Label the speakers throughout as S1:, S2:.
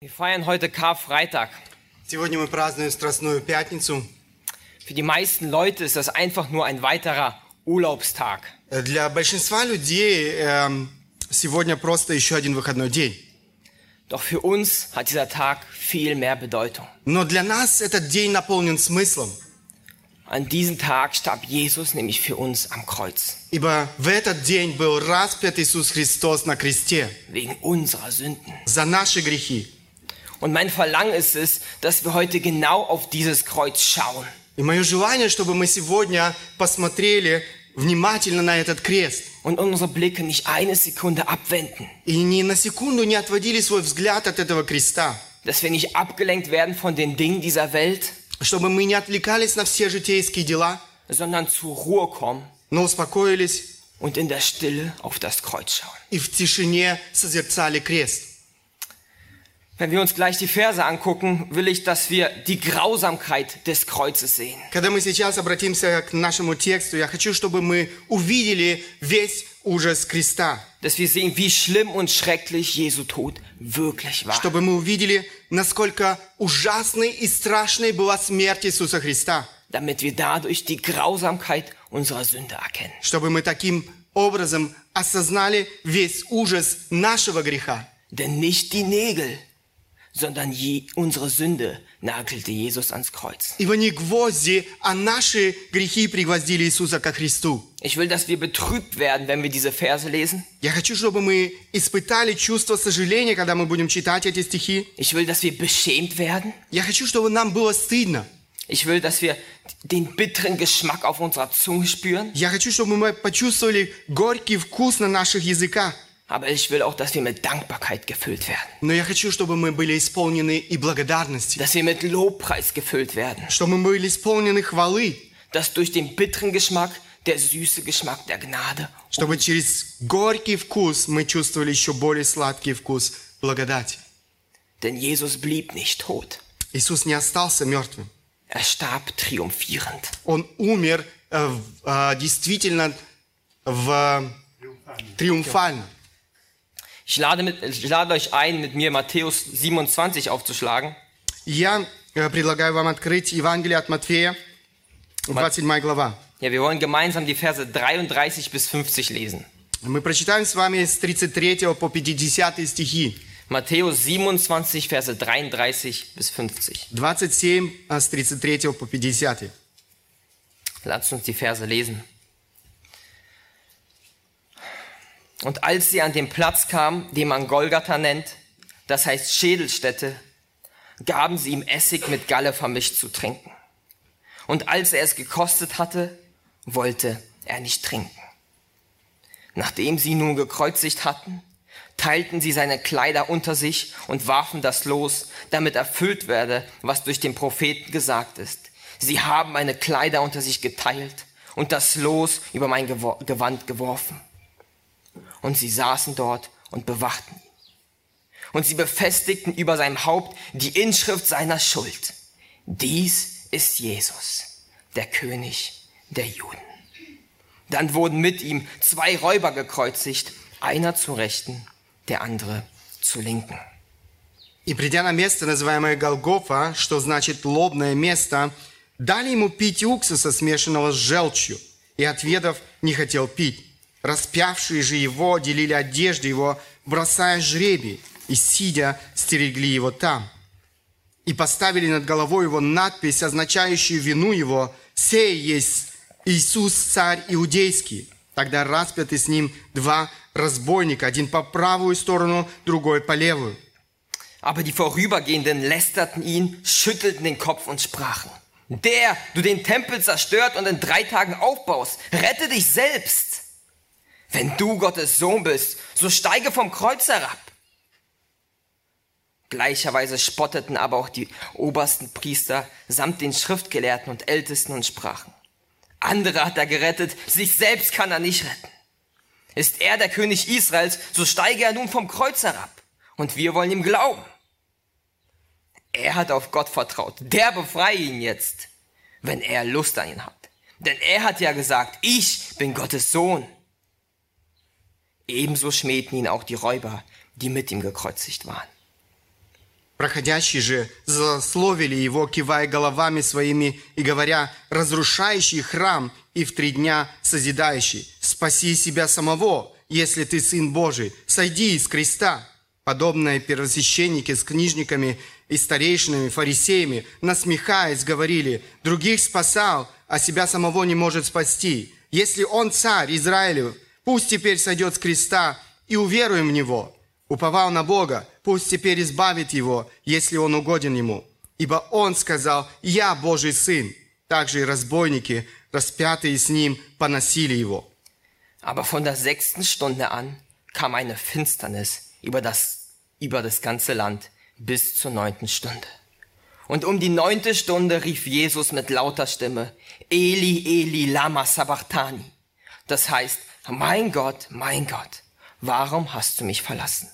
S1: Wir feiern heute Karfreitag.
S2: Сегодня мы празднуем Страстную Пятницу.
S1: Für die meisten Leute ist das einfach nur ein weiterer Urlaubstag.
S2: Э, Для большинства людей эм, сегодня просто еще один выходной день.
S1: Doch für uns hat dieser Tag viel mehr Bedeutung.
S2: Но для нас этот день наполнен смыслом,
S1: An diesem Tag starb Jesus nämlich für uns am Kreuz,
S2: ибо в этот день был распят Иисус Христос на кресте
S1: wegen unserer Sünden.
S2: за наши грехи.
S1: Und mein Verlangen ist es, dass wir heute genau auf dieses Kreuz schauen.
S2: И мое желание, чтобы мы сегодня посмотрели внимательно на этот крест
S1: und unsere Blicke nicht eine Sekunde abwenden,
S2: и ни на секунду не отводили свой взгляд от этого креста,
S1: dass wir nicht abgelenkt werden von den Dingen dieser Welt,
S2: чтобы мы не отвлекались на все житейские дела,
S1: sondern zur Ruhe kommen
S2: но успокоились
S1: und in der Stille auf das Kreuz schauen.
S2: и в тишине созерцали крест.
S1: Wenn wir uns gleich die Verse angucken, will ich, dass wir die Grausamkeit des Kreuzes sehen.
S2: Когда мы сейчас обратимся к нашему тексту, я хочу, чтобы мы увидели весь ужас креста,
S1: Dass wir sehen, wie schlimm und schrecklich Jesu Tod wirklich war.
S2: чтобы мы увидели, насколько ужасной и страшной была смерть Иисуса Христа,
S1: Damit wir dadurch die Grausamkeit unserer Sünde erkennen.
S2: чтобы мы таким образом осознали весь ужас нашего греха.
S1: Denn nicht die Nägel, sondern je, unsere Sünde nagelte Jesus ans Kreuz.
S2: Ибо не гвозди, а наши грехи пригвоздили Иисуса ко Христу.
S1: Ich will, dass wir betrübt werden, wenn wir diese Verse lesen.
S2: Я хочу, чтобы мы испытали чувство сожаления, когда мы будем читать эти стихи.
S1: Ich will, dass wir beschämt werden.
S2: Я хочу, чтобы нам было стыдно.
S1: Ich will, dass wir den bitteren Geschmack auf unserer Zunge spüren.
S2: Я хочу, чтобы мы почувствовали горький вкус на наших языках.
S1: Aber ich will auch, dass wir mit Dankbarkeit gefüllt werden.
S2: Но я хочу, чтобы мы были исполнены и благодарности.
S1: Dass wir mit Lobpreis gefüllt werden.
S2: Чтобы мы были исполнены хвалы.
S1: Dass durch den bitteren Geschmack der süße Geschmack der Gnade.
S2: Чтобы через горький вкус мы чувствовали еще более сладкий вкус благодати.
S1: Denn Jesus blieb nicht tot.
S2: Иисус не остался мертвым.
S1: Er starb triumphierend.
S2: Он умер э, в- э, действительно в э, триумфально.
S1: Ich lade, mit, ich lade euch ein, mit mir Matthäus 27 aufzuschlagen.
S2: Я э, предлагаю вам открыть Евангелие от Матфея, 27 глава.
S1: Ja, wir wollen gemeinsam die Verse 33 bis 50 lesen.
S2: Мы прочитаем с вами с 33 по 50 стихи.
S1: Matthäus 27, Verse 33 bis 50.
S2: 27 а, с 33 по 50.
S1: Lasst uns die Verse lesen. Und als sie an den Platz kam, den man Golgatha nennt, das heißt Schädelstätte, gaben sie ihm Essig mit Galle vermischt zu trinken. Und als er es gekostet hatte, wollte er nicht trinken. Nachdem sie ihn nun gekreuzigt hatten, teilten sie seine Kleider unter sich und warfen das Los, damit erfüllt werde, was durch den Propheten gesagt ist. Sie haben meine Kleider unter sich geteilt und das Los über mein Gewor- Gewand geworfen. Und sie saßen dort und bewachten ihn. Und sie befestigten über seinem Haupt die Inschrift seiner Schuld. Dies ist Jesus, der König der Juden. Dann wurden mit ihm zwei Räuber gekreuzigt, einer zur Rechten, der andere zur Linken.
S2: «И придя на место, называемое Голгофа, что значит «лобное место», дали ему пить уксуса, смешанного с желчью, и, отведав, не хотел пить. Распявшие же его делили одежды его, бросая жребий, и, сидя, стерегли его там. И поставили над головой его надпись, означающую вину его, «Сей есть Иисус, царь иудейский». Тогда распяты с ним два разбойника, один по правую сторону, другой по левую.
S1: Aber die Vorübergehenden lästerten ihn, schüttelten den Kopf und sprachen, der du den Tempel zerstört und in drei Tagen aufbaust, rette dich selbst. Wenn du Gottes Sohn bist, so steige vom Kreuz herab. Gleicherweise spotteten aber auch die obersten Priester samt den Schriftgelehrten und Ältesten und sprachen, andere hat er gerettet, sich selbst kann er nicht retten. Ist er der König Israels, so steige er nun vom Kreuz herab. Und wir wollen ihm glauben. Er hat auf Gott vertraut. Der befreie ihn jetzt, wenn er Lust an ihn hat. Denn er hat ja gesagt, ich bin Gottes Sohn. Ebenso schmähten ihn auch die Räuber, die mit ihm gekreuzigt waren.
S2: Проходящие же засловили его, кивая головами своими и говоря, разрушающий храм и в три дня созидающий, спаси себя самого, если ты Сын Божий, сойди из креста. Подобные первосвященники с книжниками и старейшинами, фарисеями, насмехаясь, говорили, других спасал, а себя самого не может спасти. Если он царь Израилю, пусть теперь сойдет с креста и уверуем в него. Уповал на Бога, пусть теперь избавит его, если он угоден ему. Ибо он сказал, я Божий сын. Также и разбойники, распятые с ним, поносили его.
S1: Aber von der sechsten Stunde an kam eine Finsternis über das, über das ganze Land bis zur neunten Stunde. Und um die neunte Stunde rief Jesus mit lauter Stimme, Eli, Eli, lama sabachthani. Das heißt, mein Gott, mein Gott, warum hast du mich verlassen?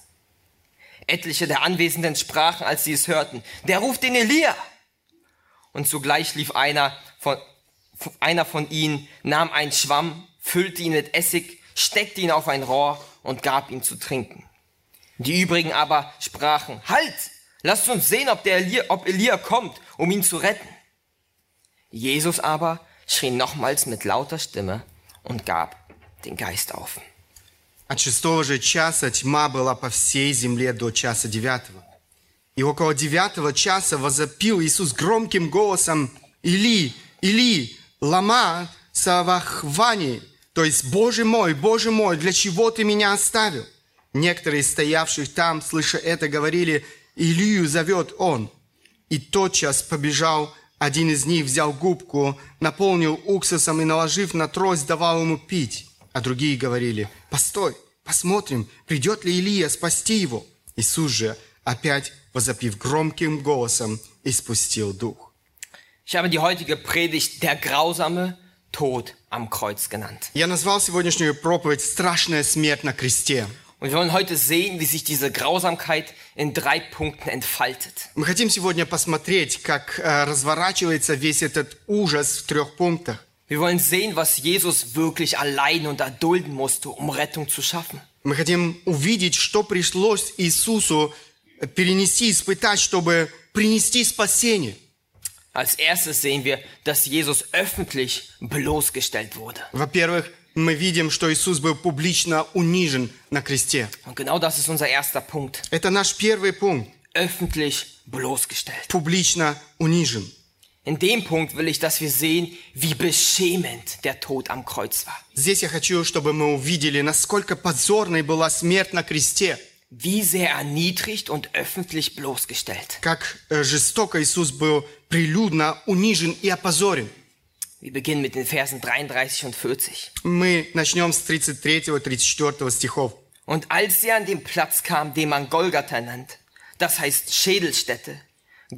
S1: Etliche der Anwesenden sprachen, als sie es hörten, der ruft den Elia. Und zugleich lief einer von, einer von ihnen, nahm einen Schwamm, füllte ihn mit Essig, steckte ihn auf ein Rohr und gab ihm zu trinken. Die übrigen aber sprachen, halt, lasst uns sehen, ob, der Elia, ob Elia kommt, um ihn zu retten. Jesus aber schrie nochmals mit lauter Stimme und gab den Geist auf.
S2: От шестого же часа тьма была по всей земле до часа девятого. И около девятого часа возопил Иисус громким голосом «Или, Или, лама савахвани!» То есть «Боже мой, Боже мой, для чего ты меня оставил?» Некоторые из стоявших там, слыша это, говорили «Илию зовет он». И тотчас побежал один из них, взял губку, наполнил уксусом и, наложив на трость, давал ему пить. А другие говорили, «Постой, посмотрим, придет ли Илия спасти его». Иисус же, опять возопив громким голосом, испустил дух.
S1: Ich habe die heutige Predigt der grausame Tod am Kreuz genannt.
S2: Я назвал сегодняшнюю проповедь «Страшная смерть на кресте».
S1: Und wir wollen heute sehen, wie sich diese Grausamkeit in drei Punkten entfaltet.
S2: Мы хотим сегодня посмотреть, как э, разворачивается весь этот ужас в трех пунктах.
S1: Wir wollen sehen, was Jesus wirklich allein und erdulden musste, um Rettung zu schaffen.
S2: Мы хотим увидеть, что пришлось Иисусу перенести, испытать, чтобы принести спасение.
S1: Als erstes sehen wir, dass Jesus öffentlich bloßgestellt wurde.
S2: Во-первых, мы видим, что Иисус был публично унижен на кресте.
S1: Und genau das ist unser erster Punkt.
S2: Это наш первый пункт.
S1: Öffentlich bloßgestellt.
S2: Публично унижен.
S1: In dem Punkt will ich, dass wir sehen, wie beschämend der Tod am Kreuz war.
S2: Здесь я хочу, чтобы мы увидели, насколько позорной была смерть на кресте,
S1: Wie sehr erniedrigt und öffentlich bloßgestellt.
S2: как э, жестоко Иисус был прилюдно унижен и опозорен.
S1: Wir beginnen mit den Versen 33 und 40.
S2: Мы начнем с 33-34 стихов.
S1: Und als sie an den Platz kam, den man Golgatha nennt, das heißt Schädelstätte,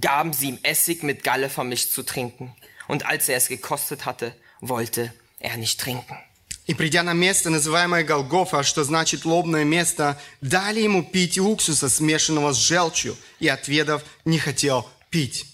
S1: gaben sie ihm Essig mit Galle vermischt zu trinken. Und als er es gekostet hatte, wollte er nicht trinken.
S2: И придя на место, называемое Голгофа, что значит лобное место, дали ему пить уксуса, смешанного с желчью, и, отведав, не хотел пить.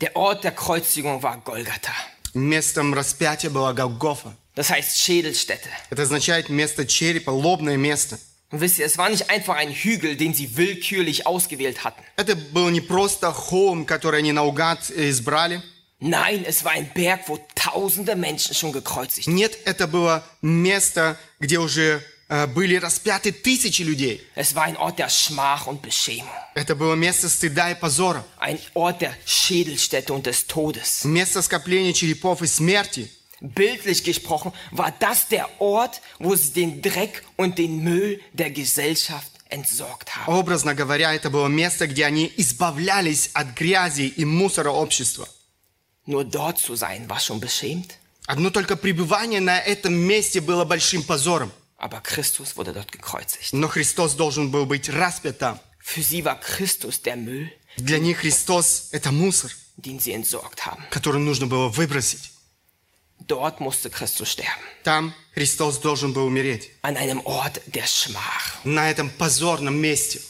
S1: Der Ort der Kreuzigung war Golgatha,
S2: Местом распятия была Голгофа.
S1: das heißt Schädelstätte.
S2: Это означает место черепа, лобное место.
S1: Und wisst ihr, es war nicht einfach ein Hügel, den sie willkürlich ausgewählt hatten.
S2: Это был не просто холм, который они наугад э, избрали.
S1: Nein, es war ein Berg, wo tausende Menschen schon gekreuzigt wurden.
S2: Нет, это было место, где уже э, были распяты тысячи людей.
S1: Es war ein Ort der Schmach und Beschämung,
S2: Это было место стыда и позора.
S1: ein Ort der Schädelstätte und des Todes.
S2: Место скопления черепов и смерти.
S1: Bildlich gesprochen war das der Ort, wo sie den Dreck und den Müll der Gesellschaft entsorgt haben.
S2: Образно говоря, это было место, где они избавлялись от грязи и мусора общества.
S1: Nur dort zu sein war schon beschämt,
S2: Одно только пребывание на этом месте было большим позором.
S1: aber Christus wurde dort gekreuzigt.
S2: Но Христос должен был быть распят там.
S1: Für sie war Christus der Müll,
S2: Для них Христос – это мусор,
S1: den sie entsorgt haben.
S2: который нужно было выбросить.
S1: Dort musste Christus sterben,
S2: Там Христос должен был умереть.
S1: an einem Ort der Schmach.
S2: На этом позорном месте.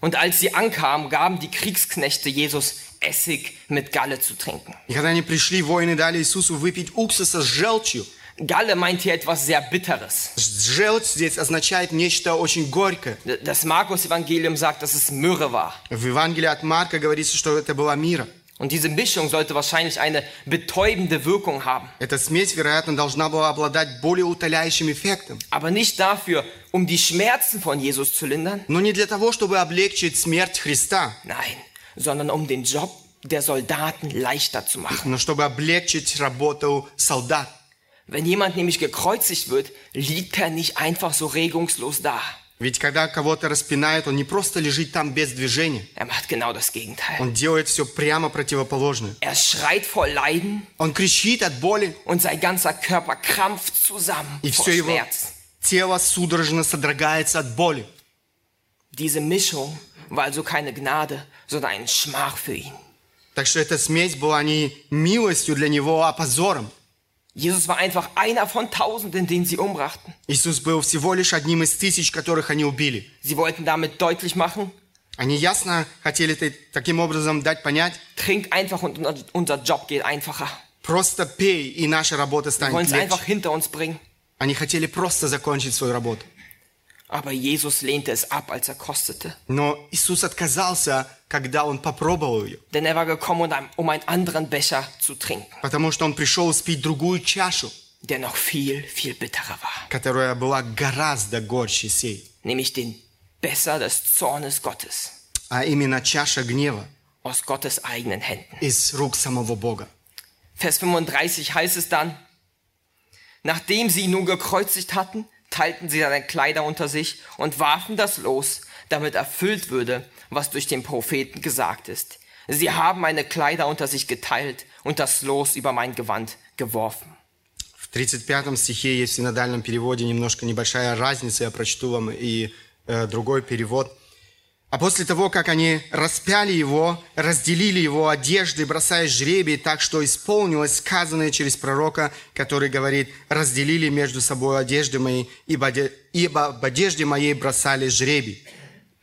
S1: Und als sie ankamen, gaben die Kriegsknechte Jesus Essig mit Galle zu trinken.
S2: И когда они пришли, воины дали Иисусу выпить уксуса с желчью.
S1: Galle meint hier etwas sehr Bitteres.
S2: Желчь здесь означает нечто очень горькое.
S1: D- Das Markus-Evangelium sagt, dass es Myrrhe war.
S2: В Евангелии от Марка говорится, что это была мира.
S1: Und diese Mischung sollte wahrscheinlich eine betäubende Wirkung haben.
S2: Эта смесь, вероятно, должна была обладать более утоляющим эффектом.
S1: Aber nicht dafür, um die Schmerzen von Jesus zu lindern.
S2: Но не для того, чтобы облегчить смерть Христа,
S1: Nein, sondern um den Job der Soldaten leichter zu machen.
S2: но чтобы облегчить работу солдат.
S1: Wenn jemand nämlich gekreuzigt wird, liegt er nicht einfach so regungslos da.
S2: Ведь когда кого-то распинают, он не просто лежит там без движения.
S1: Er macht genau das Gegenteil.
S2: Он делает все прямо противоположное.
S1: Er schreit vor Leiden
S2: Он кричит от боли,
S1: und sein ganzer Körper krampft zusammen
S2: и
S1: vor
S2: все его
S1: Schmerz.
S2: тело судорожно содрогается от боли.
S1: Diese Mischung war also keine Gnade, sondern eine Schmach für ihn.
S2: Так что эта смесь была не милостью для него, а позором.
S1: Jesus war einfach einer von tausenden, den sie umbrachten.
S2: Иисус был всего лишь одним из тысяч, которых они убили.
S1: Sie wollten damit deutlich machen,
S2: Они ясно хотели т- таким образом дать понять,
S1: trink einfach und unser- unser Job geht einfacher.
S2: просто пей, и наша работа
S1: Wir
S2: станет
S1: wollen es einfach
S2: легче.
S1: hinter uns bringen.
S2: Они хотели просто закончить свою работу.
S1: Aber Jesus lehnte es ab, als er kostete.
S2: Но Иисус отказался, когда он попробовал ее,
S1: Denn er war gekommen, um einen anderen Becher zu trinken,
S2: потому что он пришел спить другую чашу,
S1: der noch viel, viel bitterer war.
S2: которая была гораздо горче сей,
S1: Nämlich den Becher des Zornes Gottes
S2: а именно чаша гнева
S1: aus Gottes eigenen Händen.
S2: из рук самого Бога.
S1: Vers 35 heißt es dann, nachdem sie ihn nun gekreuzigt hatten, teilten sie seine Kleider unter sich und warfen das los, damit erfüllt würde, was durch den Propheten gesagt ist. Sie haben meine Kleider unter sich geteilt und das Los über mein Gewand geworfen.
S2: В 35 стихе есть в синодальном переводе немножко небольшая разница, я прочту вам и э, другой перевод. А после того, как они распяли его, разделили его одежды, бросая жребий, так что исполнилось сказанное через пророка, который говорит, разделили между собой одежды мои, ибо, оде- ибо об одежде моей бросали жребий.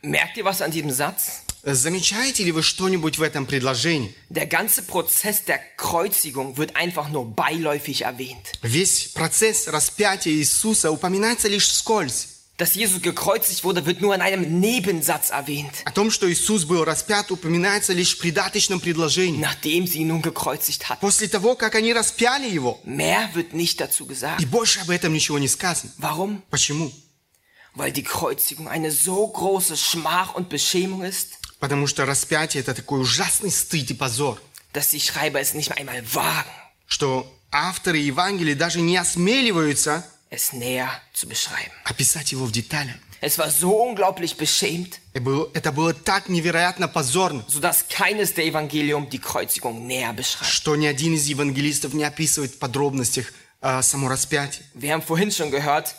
S1: Merkt ihr was an diesem Satz?
S2: Замечаете ли вы что-нибудь в этом предложении?
S1: Der ganze Prozess der Kreuzigung wird einfach nur beiläufig erwähnt.
S2: Весь процесс распятия Иисуса упоминается лишь вскользь.
S1: Dass Jesus gekreuzigt wurde, wird nur in einem Nebensatz erwähnt.
S2: О том, что Иисус был распят, упоминается лишь в придаточном предложении.
S1: Nachdem sie ihn nun gekreuzigt hatten.
S2: После того, как они распяли его,
S1: Mehr wird nicht dazu gesagt.
S2: и больше об этом ничего не сказано.
S1: Warum?
S2: Почему?
S1: Weil die Kreuzigung eine so große Schmach und Beschämung ist,
S2: Потому что распятие – это такой ужасный стыд и позор,
S1: dass die Schreiber es nicht einmal wagen,
S2: что авторы Евангелия даже не осмеливаются
S1: es näher zu beschreiben.
S2: описать его в деталях.
S1: Es war so unglaublich beschämt,
S2: Это было, это было так невероятно позорно,
S1: sodass keines der Evangelium die Kreuzigung näher beschreibt.
S2: что ни один из евангелистов не описывает в подробностях а, само распятие.
S1: Wir haben vorhin schon gehört,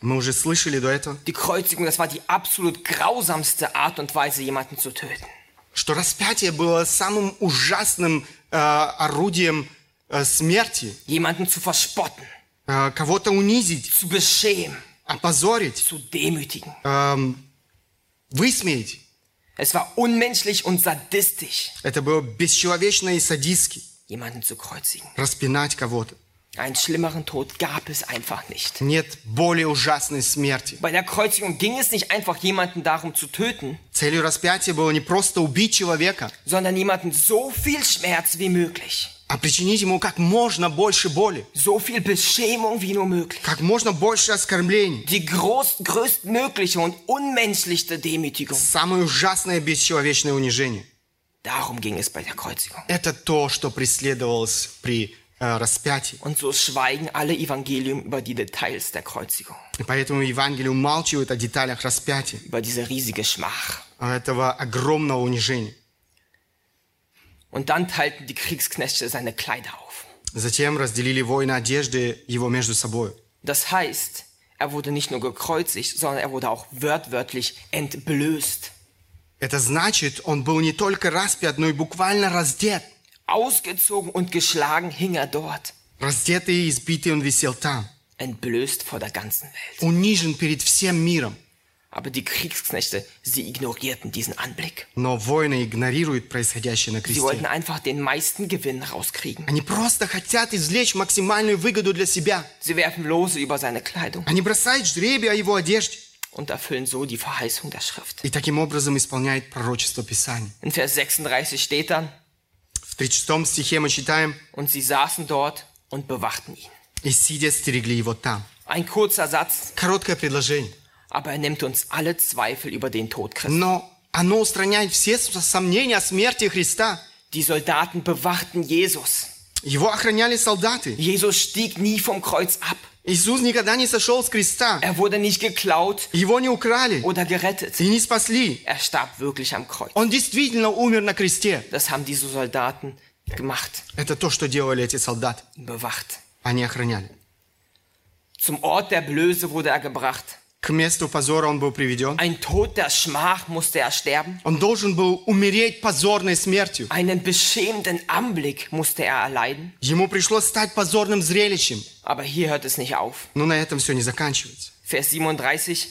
S2: Мы уже слышали до этого,
S1: Die Kreuzigung, das war die absolut grausamste Art und Weise, jemanden zu töten.
S2: что распятие было самым ужасным а, орудием а, смерти,
S1: Jemanden zu verspotten,
S2: э, кого-то унизить,
S1: zu beschämen,
S2: опозорить,
S1: zu demütigen.
S2: эм, высмеять.
S1: Es war unmenschlich und sadistisch,
S2: Это было бесчеловечно и садистски.
S1: jemanden zu kreuzigen.
S2: Распинать кого-то.
S1: Einen schlimmeren Tod gab es einfach nicht.
S2: Нет более ужасной смерти.
S1: Bei der Kreuzigung ging es nicht einfach jemanden darum zu töten,
S2: Целью распятия было не просто убить человека,
S1: sondern jemanden so viel Schmerz wie möglich,
S2: а причинить ему как можно больше боли,
S1: so viel Beschämung wie nur möglich.
S2: как можно больше оскорблений.
S1: Die groß, größtmögliche und unmenschlichste Demütigung.
S2: Самое ужасное бесчеловечное унижение.
S1: Darum ging es bei der Kreuzigung.
S2: Это то, что преследовалось при э, распятии.
S1: Und so schweigen alle Evangelium über die Details der Kreuzigung,
S2: И поэтому Евангелие умалчивает о деталях распятия,
S1: über diese riesige Schmach.
S2: о этого огромного унижения.
S1: Und dann teilten die Kriegsknechte seine Kleider auf.
S2: Затем разделили воины одежды его между собой.
S1: Das heißt, er wurde nicht nur gekreuzigt, sondern er wurde auch wörtwörtlich entblößt,
S2: Это значит, он был не только распят, но и буквально раздет.
S1: ausgezogen und geschlagen hing er dort,
S2: Раздетый и избитый он висел там.
S1: entblößt vor der ganzen Welt.
S2: Унижен перед всем миром.
S1: Aber die Kriegsknechte, sie ignorierten diesen Anblick.
S2: Но воины игнорируют происходящее на
S1: Sie wollten
S2: кресте.
S1: einfach den meisten Gewinn rauskriegen.
S2: Они просто хотят извлечь максимальную выгоду для себя.
S1: Sie werfen Lose über seine Kleidung
S2: Они бросают жребий о его одежде
S1: und erfüllen so die Verheißung der Schrift.
S2: и таким образом исполняют пророчество Писания.
S1: In Vers 36 steht dann,
S2: В 36 стихе мы читаем,
S1: und sie saßen dort und bewachten ihn.
S2: «И сидя стерегли его там».
S1: Ein kurzer Satz,
S2: Короткое предложение.
S1: aber er nimmt uns alle Zweifel über den Tod Christi.
S2: Но оно устраняет все с- сомнения о смерти Христа.
S1: Die Soldaten bewachten Jesus.
S2: Его охраняли солдаты.
S1: Jesus stieg nie vom Kreuz ab.
S2: Иисус никогда не сошел с креста.
S1: Er wurde nicht geklaut
S2: Его не украли
S1: oder gerettet.
S2: и не спасли.
S1: Er starb wirklich am Kreuz.
S2: Он действительно умер на кресте.
S1: Das haben diese Soldaten gemacht,
S2: Это то, что делали эти солдаты.
S1: ihn bewacht.
S2: Они охраняли.
S1: Zum Ort der Blöße wurde er gebracht.
S2: К месту позора он был приведен.
S1: Ein Tod der Schmach musste er sterben.
S2: Он должен был умереть позорной смертью.
S1: Einen beschämenden Anblick musste er erleiden.
S2: Ему пришлось стать позорным зрелищем.
S1: Aber hier hört es nicht auf.
S2: Но на этом все не заканчивается.
S1: Vers 37.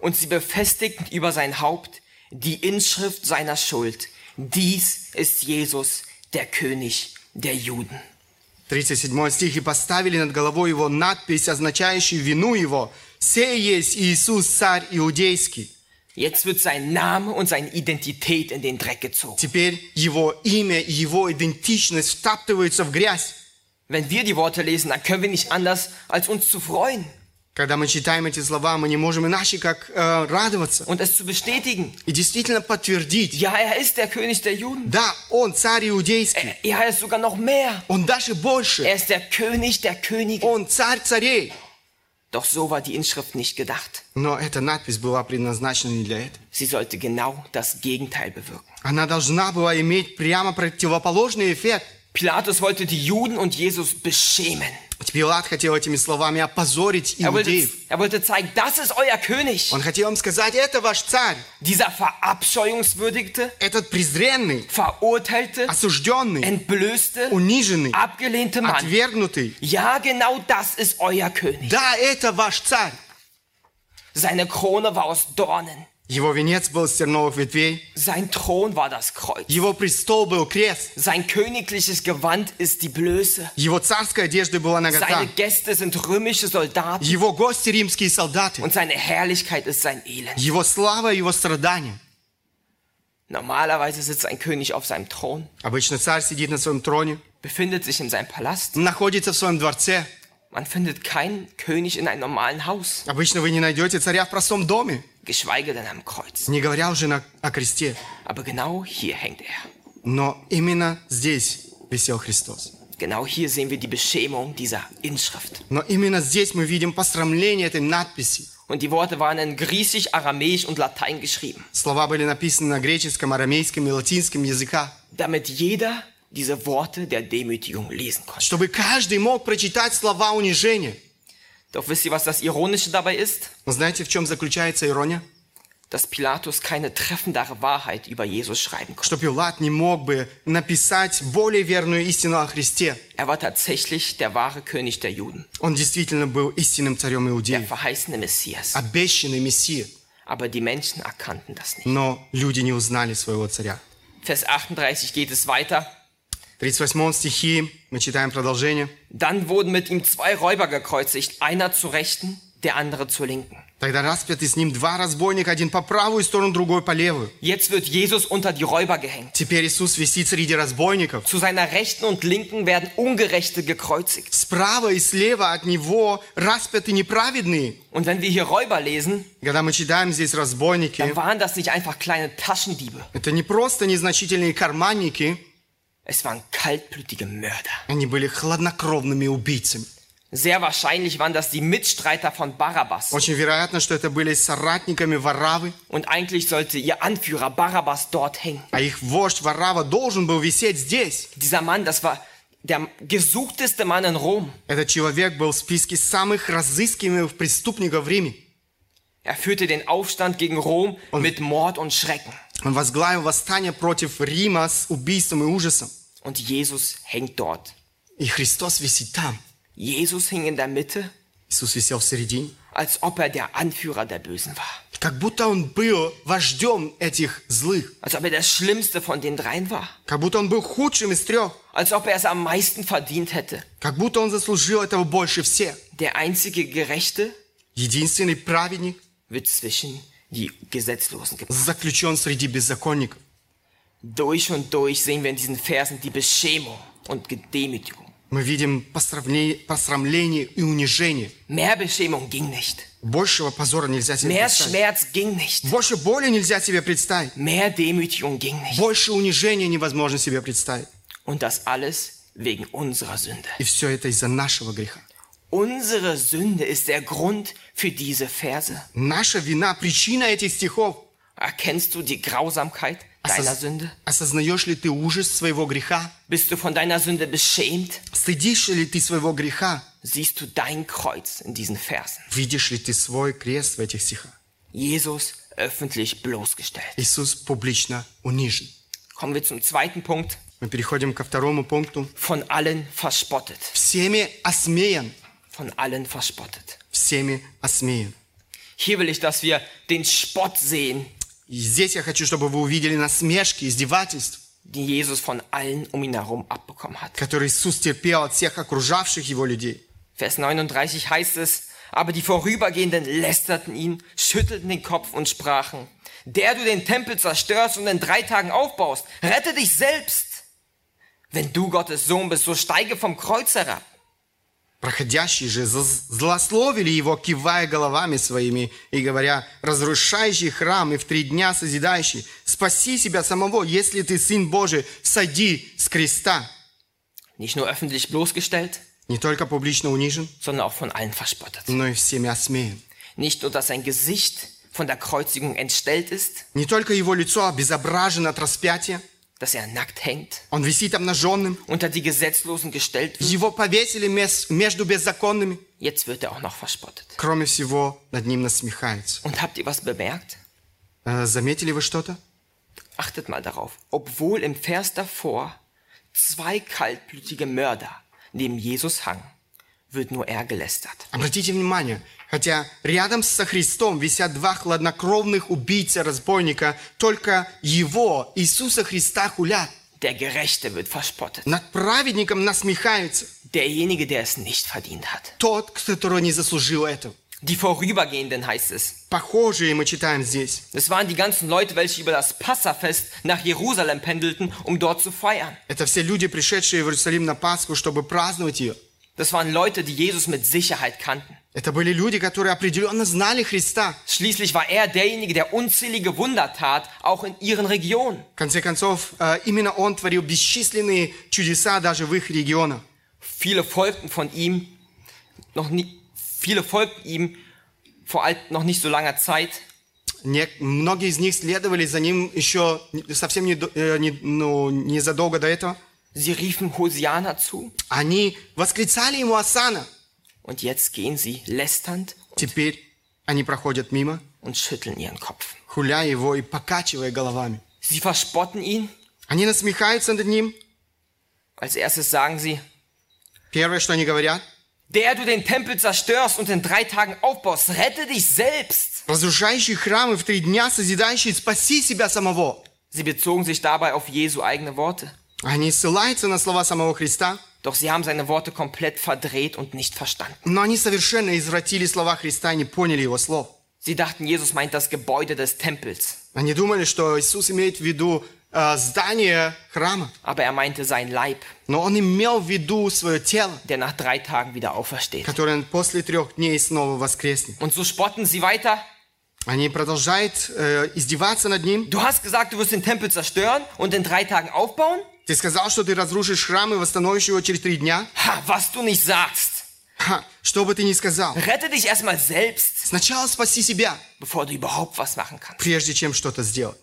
S1: Und sie befestigten über sein Haupt die Inschrift seiner Schuld. Dies ist Jesus, der König der Juden.
S2: 37 стих. «И поставили над головой его надпись, означающую вину его. «Сей есть Иисус, царь иудейский».
S1: Jetzt wird sein Name und seine Identität in den Dreck gezogen.
S2: Теперь его имя и его идентичность втаптываются в грязь.
S1: Wenn wir die Worte lesen, dann können wir nicht anders, als uns zu freuen
S2: Когда мы читаем эти слова, мы не можем иначе, как э, радоваться
S1: und es zu bestätigen.
S2: и действительно подтвердить.
S1: Ja, er ist der König der Juden.
S2: Да, он царь иудейский.
S1: Er, ja, er ist sogar noch mehr.
S2: Он даже больше.
S1: Er ist der König der Könige.
S2: Он царь царей.
S1: Doch so war die Inschrift nicht gedacht.
S2: Но эта надпись была предназначена не для этого.
S1: Sie sollte genau das Gegenteil bewirken.
S2: Она должна была иметь прямо противоположный эффект.
S1: Pilatus wollte die Juden und Jesus beschämen.
S2: Пилат хотел этими словами опозорить
S1: Er wollte,
S2: иудеев.
S1: er wollte zeigen, das ist euer König.
S2: Он хотел им сказать, это ваш царь,
S1: Dieser verabscheuungswürdigte,
S2: этот презренный,
S1: verurteilte,
S2: осужденный,
S1: entblößte,
S2: униженный,
S1: abgelehnte Mann.
S2: отвергнутый.
S1: Ja, genau das ist euer König.
S2: Да, это ваш царь.
S1: Seine Krone war aus Dornen.
S2: Его венец был из терновых ветвей,
S1: Sein Thron war das Kreuz.
S2: его престол был крест,
S1: Sein königliches Gewand ist die Blöße.
S2: его царская одежда была нагота,
S1: Seine Gäste sind römische Soldaten.
S2: его гости римские солдаты,
S1: Und seine Herrlichkeit ist sein Elend.
S2: его слава и его страдания.
S1: Normalerweise sitzt ein König auf seinem Thron,
S2: Обычно царь сидит на своем троне,
S1: befindet sich in seinem Palast.
S2: находится в своем дворце.
S1: Man findet keinen König in einem normalen Haus,
S2: Обычно вы не найдете царя в простом доме,
S1: geschweige denn am Kreuz.
S2: не говоря уже на- о кресте.
S1: Aber genau hier hängt er.
S2: Но именно здесь висел Христос.
S1: Genau hier sehen wir die Beschämung dieser Inschrift.
S2: Но именно здесь мы видим посрамление этой надписи.
S1: Und die Worte waren in Griechisch, Aramäisch und Latein geschrieben,
S2: Слова были написаны на греческом, арамейском и латинском языках.
S1: damit jeder diese Worte der Demütigung lesen konnte.
S2: чтобы каждый мог прочитать слова унижения.
S1: Doch wisst ihr, was das Ironische dabei ist?
S2: Но знаете, в чем заключается ирония?
S1: Dass Pilatus keine treffendere Wahrheit über Jesus schreiben konnte.
S2: Что Пилат не мог бы написать более верную истину о Христе.
S1: Er war tatsächlich der wahre König der Juden.
S2: Он действительно был истинным царем
S1: der
S2: иудеев,
S1: verheißene Messias.
S2: обещанный Мессия.
S1: Aber die Menschen erkannten das nicht.
S2: Но люди не узнали своего царя.
S1: Vers 38 geht es weiter.
S2: В 38 стихе мы читаем продолжение.
S1: Dann wurden mit ihm zwei Räuber gekreuzigt, einer zur Rechten, der andere zur Linken.
S2: Тогда распяты с ним два разбойника, один по правую сторону, другой по левую.
S1: Jetzt wird Jesus unter die Räuber gehängt.
S2: Теперь Иисус висит среди разбойников.
S1: Zu seiner Rechten und Linken werden Ungerechte gekreuzigt.
S2: Справа и слева от него распяты неправедные.
S1: Und wenn wir hier Räuber lesen,
S2: Когда мы читаем здесь разбойники,
S1: dann waren das nicht einfach kleine Taschendiebe.
S2: Это не просто незначительные карманники,
S1: Es waren kaltblütige Mörder.
S2: они были хладнокровными убийцами.
S1: Sehr wahrscheinlich waren das die Mitstreiter von Barabbas.
S2: Очень вероятно, что это были соратниками Варавы,
S1: Und eigentlich sollte ihr Anführer Barabbas dort hängen.
S2: а их вождь Варава должен был висеть здесь.
S1: Dieser Mann, das war der gesuchteste Mann in Rom.
S2: Этот человек был в списке самых разыскиваемых преступников в Риме.
S1: Er führte den Aufstand gegen Rom mit Mord und Schrecken.
S2: Он возглавил восстание против Рима с убийством и ужасом.
S1: Und Jesus hängt dort.
S2: И Христос висит там.
S1: Jesus hing in der Mitte,
S2: Иисус висел в середине.
S1: als ob er der Anführer der Bösen war.
S2: Как будто он был вождем этих злых.
S1: Als ob er der Schlimmste von den dreien war.
S2: Как будто он был худшим из трех.
S1: Als ob er es am meisten verdient hätte.
S2: Как будто он заслужил этого больше всех.
S1: Der einzige Gerechte
S2: Единственный праведник
S1: wird zwischen die Gesetzlosen gebracht.
S2: заключен среди беззаконников.
S1: Durch und durch sehen wir in diesen Versen die Beschämung und Gedemütigung.
S2: Мы видим посрамле- посрамление и унижение.
S1: Mehr Beschämung ging nicht.
S2: Большего позора нельзя себе
S1: Mehr
S2: представить.
S1: Schmerz ging nicht.
S2: Больше боли нельзя себе представить.
S1: Mehr Demütigung ging nicht.
S2: Больше унижения невозможно себе представить.
S1: Und das alles wegen unserer Sünde.
S2: И все это из-за нашего греха.
S1: Unsere Sünde ist der Grund für diese Verse.
S2: Наша вина, причина этих стихов.
S1: Erkennst du die Grausamkeit
S2: Осоз-
S1: deiner Sünde?
S2: Осознаешь ли ты ужас своего греха?
S1: Bist du von deiner Sünde beschämt?
S2: Стыдишь ли ты своего греха?
S1: Siehst du dein Kreuz in diesen Versen?
S2: Видишь ли ты свой крест в этих стихах?
S1: Jesus öffentlich bloßgestellt.
S2: Иисус публично унижен.
S1: Kommen wir zum zweiten Punkt.
S2: Мы переходим ко второму пункту.
S1: Von allen verspottet.
S2: Всеми осмеян.
S1: Von allen verspottet.
S2: Всеми осмеян.
S1: Hier will ich, dass wir den Spott sehen,
S2: И здесь я хочу, чтобы вы увидели насмешки, издевательства,
S1: die Jesus von allen um ihn herum abbekommen hat.
S2: которые Иисус терпел от всех окружавших его людей.
S1: Vers 39 heißt es, aber die Vorübergehenden lästerten ihn, schüttelten den Kopf und sprachen, der du den Tempel zerstörst und in drei Tagen aufbaust, rette dich selbst. Wenn du Gottes Sohn bist, so steige vom Kreuz herab.
S2: Проходящие же зл- злословили его, кивая головами своими и говоря, разрушающий храм и в три дня созидающий, спаси себя самого, если ты Сын Божий, сойди с креста.
S1: Nicht nur öffentlich bloßgestellt,
S2: Не только публично унижен,
S1: sondern auch von allen verspottet.
S2: но и всеми осмеян.
S1: Nicht nur, dass sein Gesicht von der Kreuzigung entstellt ist,
S2: Не только его лицо обезображено от распятия,
S1: dass er nackt hängt,
S2: он висит обнаженным,
S1: unter die Gesetzlosen gestellt wird,
S2: его повесили мес- между беззаконными.
S1: jetzt wird er auch noch verspottet.
S2: Кроме всего, над ним насмехаются.
S1: Und habt ihr was bemerkt?
S2: Э, Заметили вы что-то?
S1: Achtet mal darauf, obwohl im Vers davor zwei kaltblütige Mörder neben Jesus hangen, wird nur er gelästert.
S2: Обратите внимание, хотя рядом со Христом висят два хладнокровных убийца-разбойника, только его, Иисуса Христа, хулят.
S1: Der Gerechte wird verspottet.
S2: Над праведником насмехаются.
S1: Derjenige, der es nicht verdient hat.
S2: Тот, который не заслужил этого.
S1: Die Vorübergehenden heißt es.
S2: Похожие мы читаем здесь.
S1: Das waren die ganzen Leute, welche über das Passafest nach Jerusalem pendelten, um dort zu feiern.
S2: Это все люди, пришедшие в Иерусалим на Пасху, чтобы праздновать ее.
S1: Das waren Leute, die Jesus mit Sicherheit kannten.
S2: Это были люди, которые определенно знали Христа.
S1: Schließlich war er derjenige, der unzählige Wunder tat, auch in ihren Regionen.
S2: В конце концов, э, именно он творил бесчисленные чудеса даже в их регионах.
S1: Viele folgten von ihm, noch nie, viele folgten ihm vor alt, noch nicht so langer Zeit.
S2: Не- многие из них следовали за ним еще не- совсем не, до- э, не- ну, незадолго до этого.
S1: Sie riefen Hosiana zu
S2: Они восклицали ему Асана.
S1: und jetzt gehen sie lästernd
S2: Теперь они проходят мимо,
S1: und schütteln ihren Kopf.
S2: хуляя его и покачивая головами.
S1: Sie verspotten ihn.
S2: Они насмехаются над ним.
S1: Als erstes sagen sie,
S2: Первое, что они говорят,
S1: der du den Tempel zerstörst und in drei Tagen aufbaust, rette dich selbst.
S2: разрушающий храмы в три дня, созидающий, спаси себя самого.
S1: Sie bezogen sich dabei auf Jesu eigene Worte.
S2: Они ссылаются на слова самого Христа,
S1: Doch sie haben seine Worte komplett verdreht und nicht verstanden.
S2: но они совершенно извратили слова Христа и не поняли его слов.
S1: Sie dachten, Jesus meint das Gebäude des Tempels,
S2: Они думали, что Иисус имеет в виду э, здание храма.
S1: aber er meinte sein Leib,
S2: Но он имел в виду свое тело,
S1: der nach drei Tagen wieder aufersteht.
S2: которое после трех дней снова воскреснет.
S1: Und so spotten sie weiter.
S2: Они продолжают э, издеваться над ним.
S1: Du hast gesagt, du wirst den Tempel zerstören und in drei Tagen aufbauen?
S2: Ты сказал, что ты разрушишь храм и восстановишь его через три дня.
S1: Ha, was du nicht sagst.
S2: Ха, что бы ты ни сказал.
S1: Rette dich erstmal selbst,
S2: Сначала спаси себя,
S1: bevor du überhaupt was machen kannst.
S2: прежде чем что-то сделать.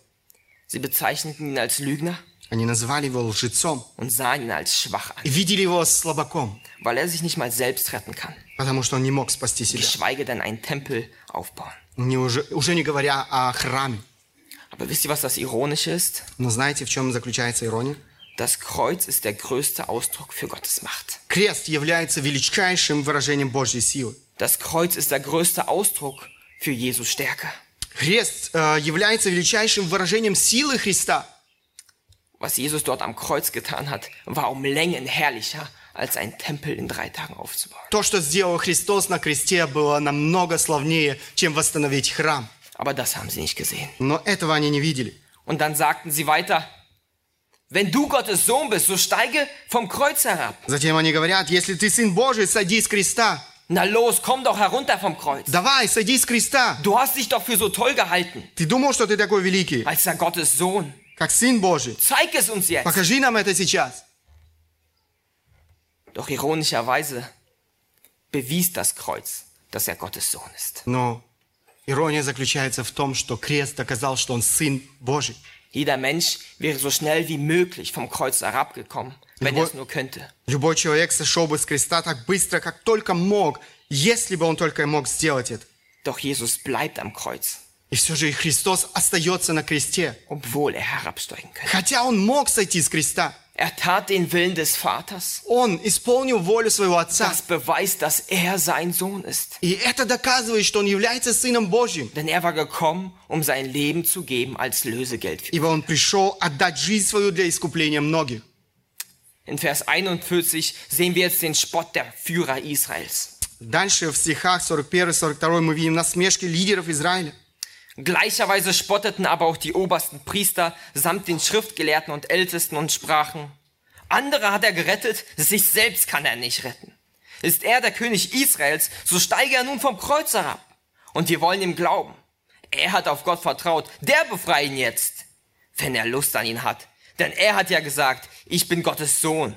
S1: Sie bezeichneten ihn als Lügner
S2: Они называли его лжецом
S1: und sahen ihn als schwach an,
S2: и видели его слабаком,
S1: weil er sich nicht mal selbst retten kann,
S2: потому что он не мог спасти себя.
S1: geschweige denn einen Tempel aufbauen.
S2: Не уже, уже не говоря о храме.
S1: Aber wisst ihr, was das Ironische ist?
S2: Но знаете, в чем заключается ирония?
S1: Das Kreuz ist der größte Ausdruck für Gottes Macht.
S2: Крест является величайшим выражением Божьей силы.
S1: Das Kreuz ist der größte Ausdruck für Jesu Stärke.
S2: Крест э, является величайшим выражением силы Христа.
S1: Was Jesus dort am Kreuz getan hat, war um Längen herrlicher, als einen Tempel in drei Tagen aufzubauen.
S2: То, что сделал Христос на кресте, было намного славнее, чем восстановить храм.
S1: Aber das haben sie nicht gesehen.
S2: Но этого они не видели.
S1: Und dann sagten sie weiter, wenn du Gottes Sohn bist, so steige vom Kreuz herab.
S2: Затем они говорят, если ты сын Божий, сойди с креста.
S1: Na los, komm doch herunter vom Kreuz.
S2: Давай, сойди с креста.
S1: Du hast dich doch für so toll gehalten,
S2: Ты думал, что ты такой великий,
S1: als der Gottes Sohn.
S2: как сын Божий.
S1: Zeig es uns jetzt.
S2: Покажи нам это сейчас.
S1: Doch ironischerweise bewies das Kreuz, dass er Gottes Sohn ist.
S2: Но ирония заключается в том, что крест доказал, что он сын Божий.
S1: Jeder Mensch wäre so schnell wie möglich vom Kreuz herabgekommen, wenn er es nur könnte.
S2: Любой человек сошел бы с креста так быстро, как только мог, если бы он только мог сделать это.
S1: Doch Jesus bleibt am Kreuz,
S2: И все же и Христос остается на кресте,
S1: obwohl er herabsteigen könnte.
S2: хотя он мог сойти с креста.
S1: Er tat den Willen des Vaters.
S2: Он исполнил волю своего Отца.
S1: Das beweist, dass er sein Sohn ist.
S2: И это доказывает, что он является Сыном Божьим.
S1: Denn er war gekommen, um sein Leben zu geben als Lösegeld. für-
S2: Ибо он пришел отдать жизнь свою для искупления многих.
S1: In Vers 41 sehen wir jetzt den Spott der Führer Israels.
S2: Дальше в стихах 41-42 мы видим насмешки лидеров Израиля.
S1: Gleicherweise spotteten aber auch die obersten Priester samt den Schriftgelehrten und Ältesten und sprachen, andere hat er gerettet, sich selbst kann er nicht retten. Ist er der König Israels, so steige er nun vom Kreuz herab. Und wir wollen ihm glauben. Er hat auf Gott vertraut, der befreie ihn jetzt, wenn er Lust an ihn hat. Denn er hat ja gesagt, ich bin Gottes Sohn.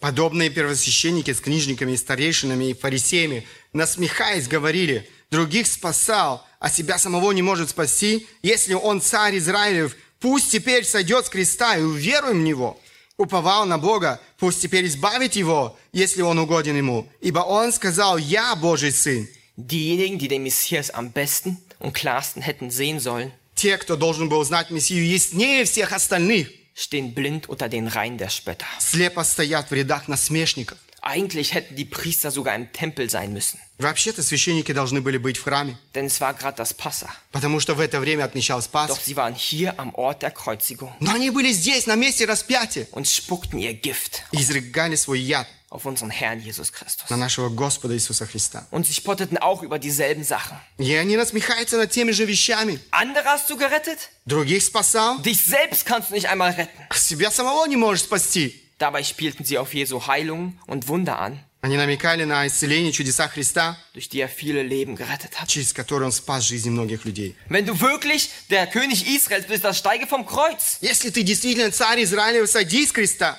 S2: Подобные первосвященники с книжниками, и старейшинами и фарисеями, насмехаясь, говорили, других спасал, а себя самого не может спасти, если он царь Израилев, пусть теперь сойдет с креста и уверуем в него. Уповал на Бога, пусть теперь избавит его, если он угоден ему, ибо он сказал, я Божий Сын.
S1: Diejenigen, die den Messias am besten und klarsten hätten sehen sollen,
S2: Те, кто должен был знать Мессию яснее всех остальных,
S1: stehen blind unter den Reihen der Spötter.
S2: слепо стоят в рядах насмешников.
S1: Eigentlich hätten die Priester sogar im Tempel sein müssen,
S2: Вообще-то священники должны были быть в храме,
S1: denn es war gerade das Passa.
S2: потому что в это время отмечалось
S1: Doch
S2: Пасха.
S1: sie waren hier am Ort der Kreuzigung
S2: Но они были здесь, на месте распятия,
S1: und spuckten ihr Gift
S2: и изрыгали свой яд
S1: auf unseren Herrn Jesus Christus.
S2: на нашего Господа Иисуса Христа.
S1: Und sie spotteten auch über dieselben Sachen.
S2: И они насмехаются над теми же вещами.
S1: Andere hast du gerettet?
S2: Других спасал,
S1: Dich selbst kannst du nicht einmal retten.
S2: а себя самого не можешь спасти.
S1: Dabei spielten sie auf Jesu Heilungen und Wunder an,
S2: Они намекали на исцеление чудеса Христа,
S1: durch die er viele Leben gerettet hat.
S2: через которые Он спас жизни многих людей.
S1: Wenn du wirklich der König Israels bist, dann steige vom Kreuz.
S2: Если ты действительно царь Израилев, сойди с креста.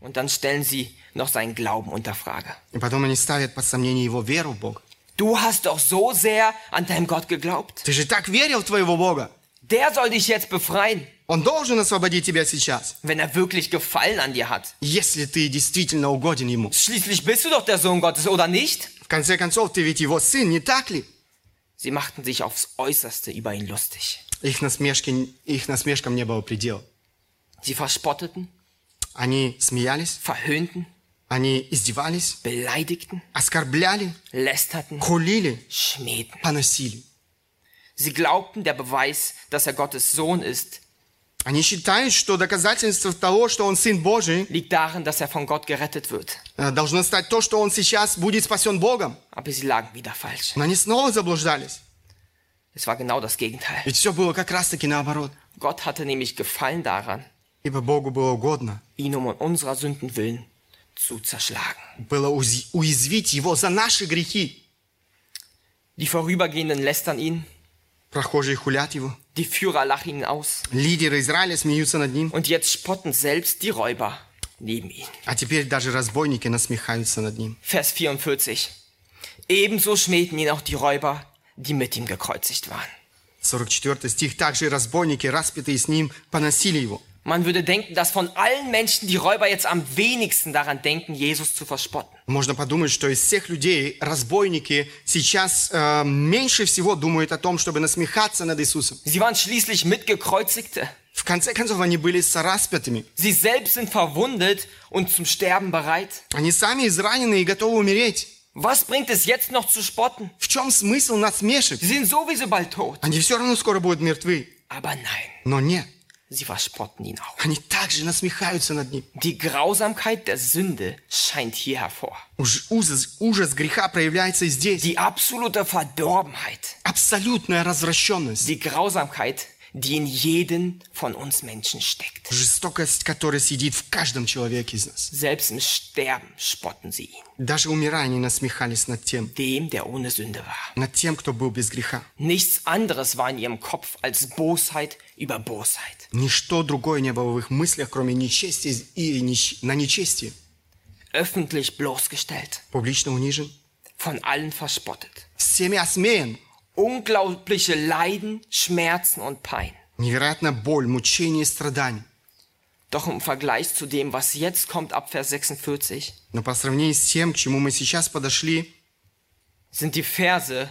S1: Und dann stellen sie noch seinen Glauben unter Frage.
S2: И потом они ставят под сомнение его веру в Бога.
S1: Du hast doch so sehr an deinem Gott geglaubt.
S2: Ты же так верил в твоего Бога.
S1: Der soll dich jetzt befreien,
S2: Он должен освободить тебя сейчас,
S1: wenn er wirklich Gefallen an dir hat.
S2: если ты действительно угоден Ему.
S1: Schließlich bist du doch der Sohn Gottes, oder nicht?
S2: В конце концов, ты ведь Его сын, не так ли?
S1: Sie machten sich aufs Äußerste über ihn lustig.
S2: Их, насмешки, их насмешкам не было предела.
S1: Sie verspotteten,
S2: Они смеялись,
S1: verhöhnten,
S2: они издевались,
S1: beleidigten,
S2: оскорбляли,
S1: lästerten,
S2: хулили,
S1: schmähten.
S2: поносили.
S1: Sie glaubten, der Beweis, dass er Gottes Sohn ist,
S2: Они считают, что доказательство того, что он Сын Божий,
S1: liegt darin, dass er von Gott gerettet wird.
S2: э, должно стать то, что он сейчас будет спасен Богом.
S1: Aber sie lagen wieder falsch.
S2: Но они снова заблуждались.
S1: Es war genau das Gegenteil.
S2: Ведь все было как раз-таки наоборот.
S1: Gott hatte nämlich Gefallen daran,
S2: Ибо Богу было угодно
S1: ihn um unserer Sünden willen zu zerschlagen.
S2: было узи- уязвить его за наши грехи.
S1: Die Vorübergehenden lästern ihn,
S2: Прохожие хулят его.
S1: die Führer lachen ihn aus
S2: Лидеры Израиля смеются над ним.
S1: und jetzt spotten selbst die Räuber neben ihm.
S2: А теперь даже разбойники насмехаются над ним.
S1: Vers 44. Ebenso schmähten ihn auch die Räuber, die mit ihm gekreuzigt waren.
S2: 44 стих. Также и разбойники, распятые с ним, поносили его.
S1: Man würde denken, dass von allen Menschen die Räuber jetzt am wenigsten daran denken, Jesus zu verspotten.
S2: Можно подумать, что из всех людей разбойники сейчас э, меньше всего думают о том, чтобы насмехаться над Иисусом.
S1: Sie waren schließlich Mitgekreuzigte.
S2: В В конце концов, они были распятыми.
S1: Sie selbst sind verwundet und zum Sterben bereit.
S2: Они сами изранены и готовы умереть.
S1: Was bringt es jetzt noch zu spotten?
S2: В чем смысл насмешек?
S1: Sie sind sowieso bald tot.
S2: Они все равно скоро будут мертвы.
S1: Aber nein,
S2: Но нет,
S1: sie verspotten ihn auch.
S2: они также насмехаются над ним.
S1: Die Grausamkeit der Sünde scheint hier hervor.
S2: Уж- Ужас, ужас греха проявляется и здесь.
S1: Die absolute Verdorbenheit.
S2: Абсолютная развращенность.
S1: Die Grausamkeit, die in jeden von uns Menschen steckt.
S2: Жестокость, которая сидит в каждом человеке из нас.
S1: Selbst im Sterben spotten sie ihn.
S2: Даже умирая, они насмехались над тем,
S1: Dem, der ohne Sünde war.
S2: над тем, кто был без греха.
S1: Nichts anderes war in ihrem Kopf als Bosheit über Bosheit.
S2: Ничто другое не было в их мыслях, кроме нечестия и нищ- на нечестие.
S1: Öffentlich bloßgestellt.
S2: Публично унижен,
S1: Von allen verspottet.
S2: всеми осмеян.
S1: Unglaubliche Leiden, Schmerzen und Pein.
S2: Невероятная боль, мучение и страдания.
S1: Doch im Vergleich zu dem, was jetzt kommt ab Vers 46,
S2: Но по сравнению с тем, к чему мы сейчас подошли,
S1: sind die Verse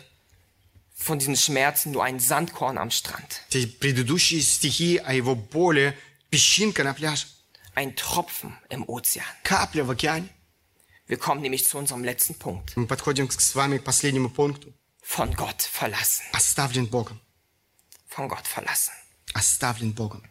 S1: von diesen Schmerzen nur ein Sandkorn am Strand,
S2: те предыдущие стихи о его боли, песчинка на пляже,
S1: ein Tropfen im Ozean.
S2: капля в океане.
S1: Wir kommen nämlich zu unserem letzten Punkt.
S2: Мы подходим к- с вами к последнему пункту.
S1: Von Gott verlassen.
S2: Оставлен Богом.
S1: Von Gott verlassen.
S2: Оставлен Богом.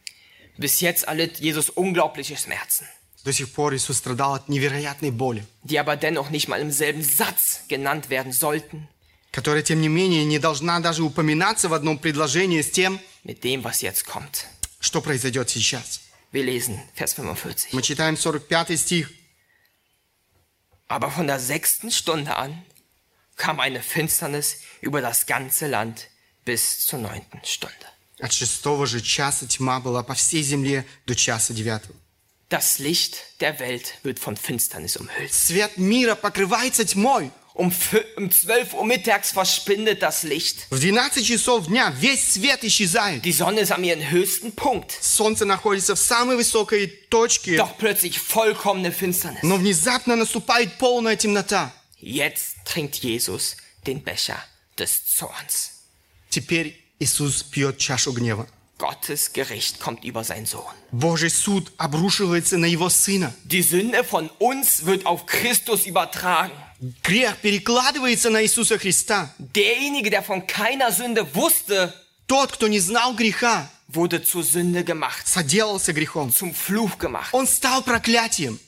S1: Bis jetzt erlitt Jesus unglaubliche Schmerzen,
S2: До сих пор Иисус страдал от невероятной боли,
S1: die aber dennoch nicht mal im selben Satz genannt werden sollten
S2: которая, тем не менее, не должна даже упоминаться в одном предложении с тем,
S1: mit dem, was jetzt kommt.
S2: что произойдет сейчас.
S1: Wir lesen Vers 45.
S2: Мы читаем 45 стих.
S1: Aber von der sechsten Stunde an kam eine Finsternis über das ganze Land bis zur neunten Stunde.
S2: От шестого же часа тьма была по всей земле до часа девятого.
S1: Das Licht der Welt wird von Finsternis umhüllt.
S2: Свет мира покрывается тьмой.
S1: Um, fü- um 12 Uhr mittags verschwindet das Licht.
S2: В 12 часов дня весь свет исчезает.
S1: Die Sonne ist an ihren höchsten Punkt.
S2: Солнце находится в самой высокой точке,
S1: Doch plötzlich vollkommene Finsternis.
S2: но внезапно наступает полная темнота.
S1: Jetzt trinkt Jesus den Becher des Zorns.
S2: Теперь Иисус пьет чашу гнева.
S1: Gottes Gericht kommt über seinen Sohn.
S2: Божий суд обрушивается на его сына.
S1: Die Sünde von uns wird auf Christus übertragen.
S2: Грех перекладывается на Иисуса Христа.
S1: Derjenige, der von keiner Sünde wusste,
S2: Тот, кто не знал греха,
S1: wurde zur Sünde gemacht,
S2: соделался грехом.
S1: zum Fluch gemacht.
S2: Он стал проклятием.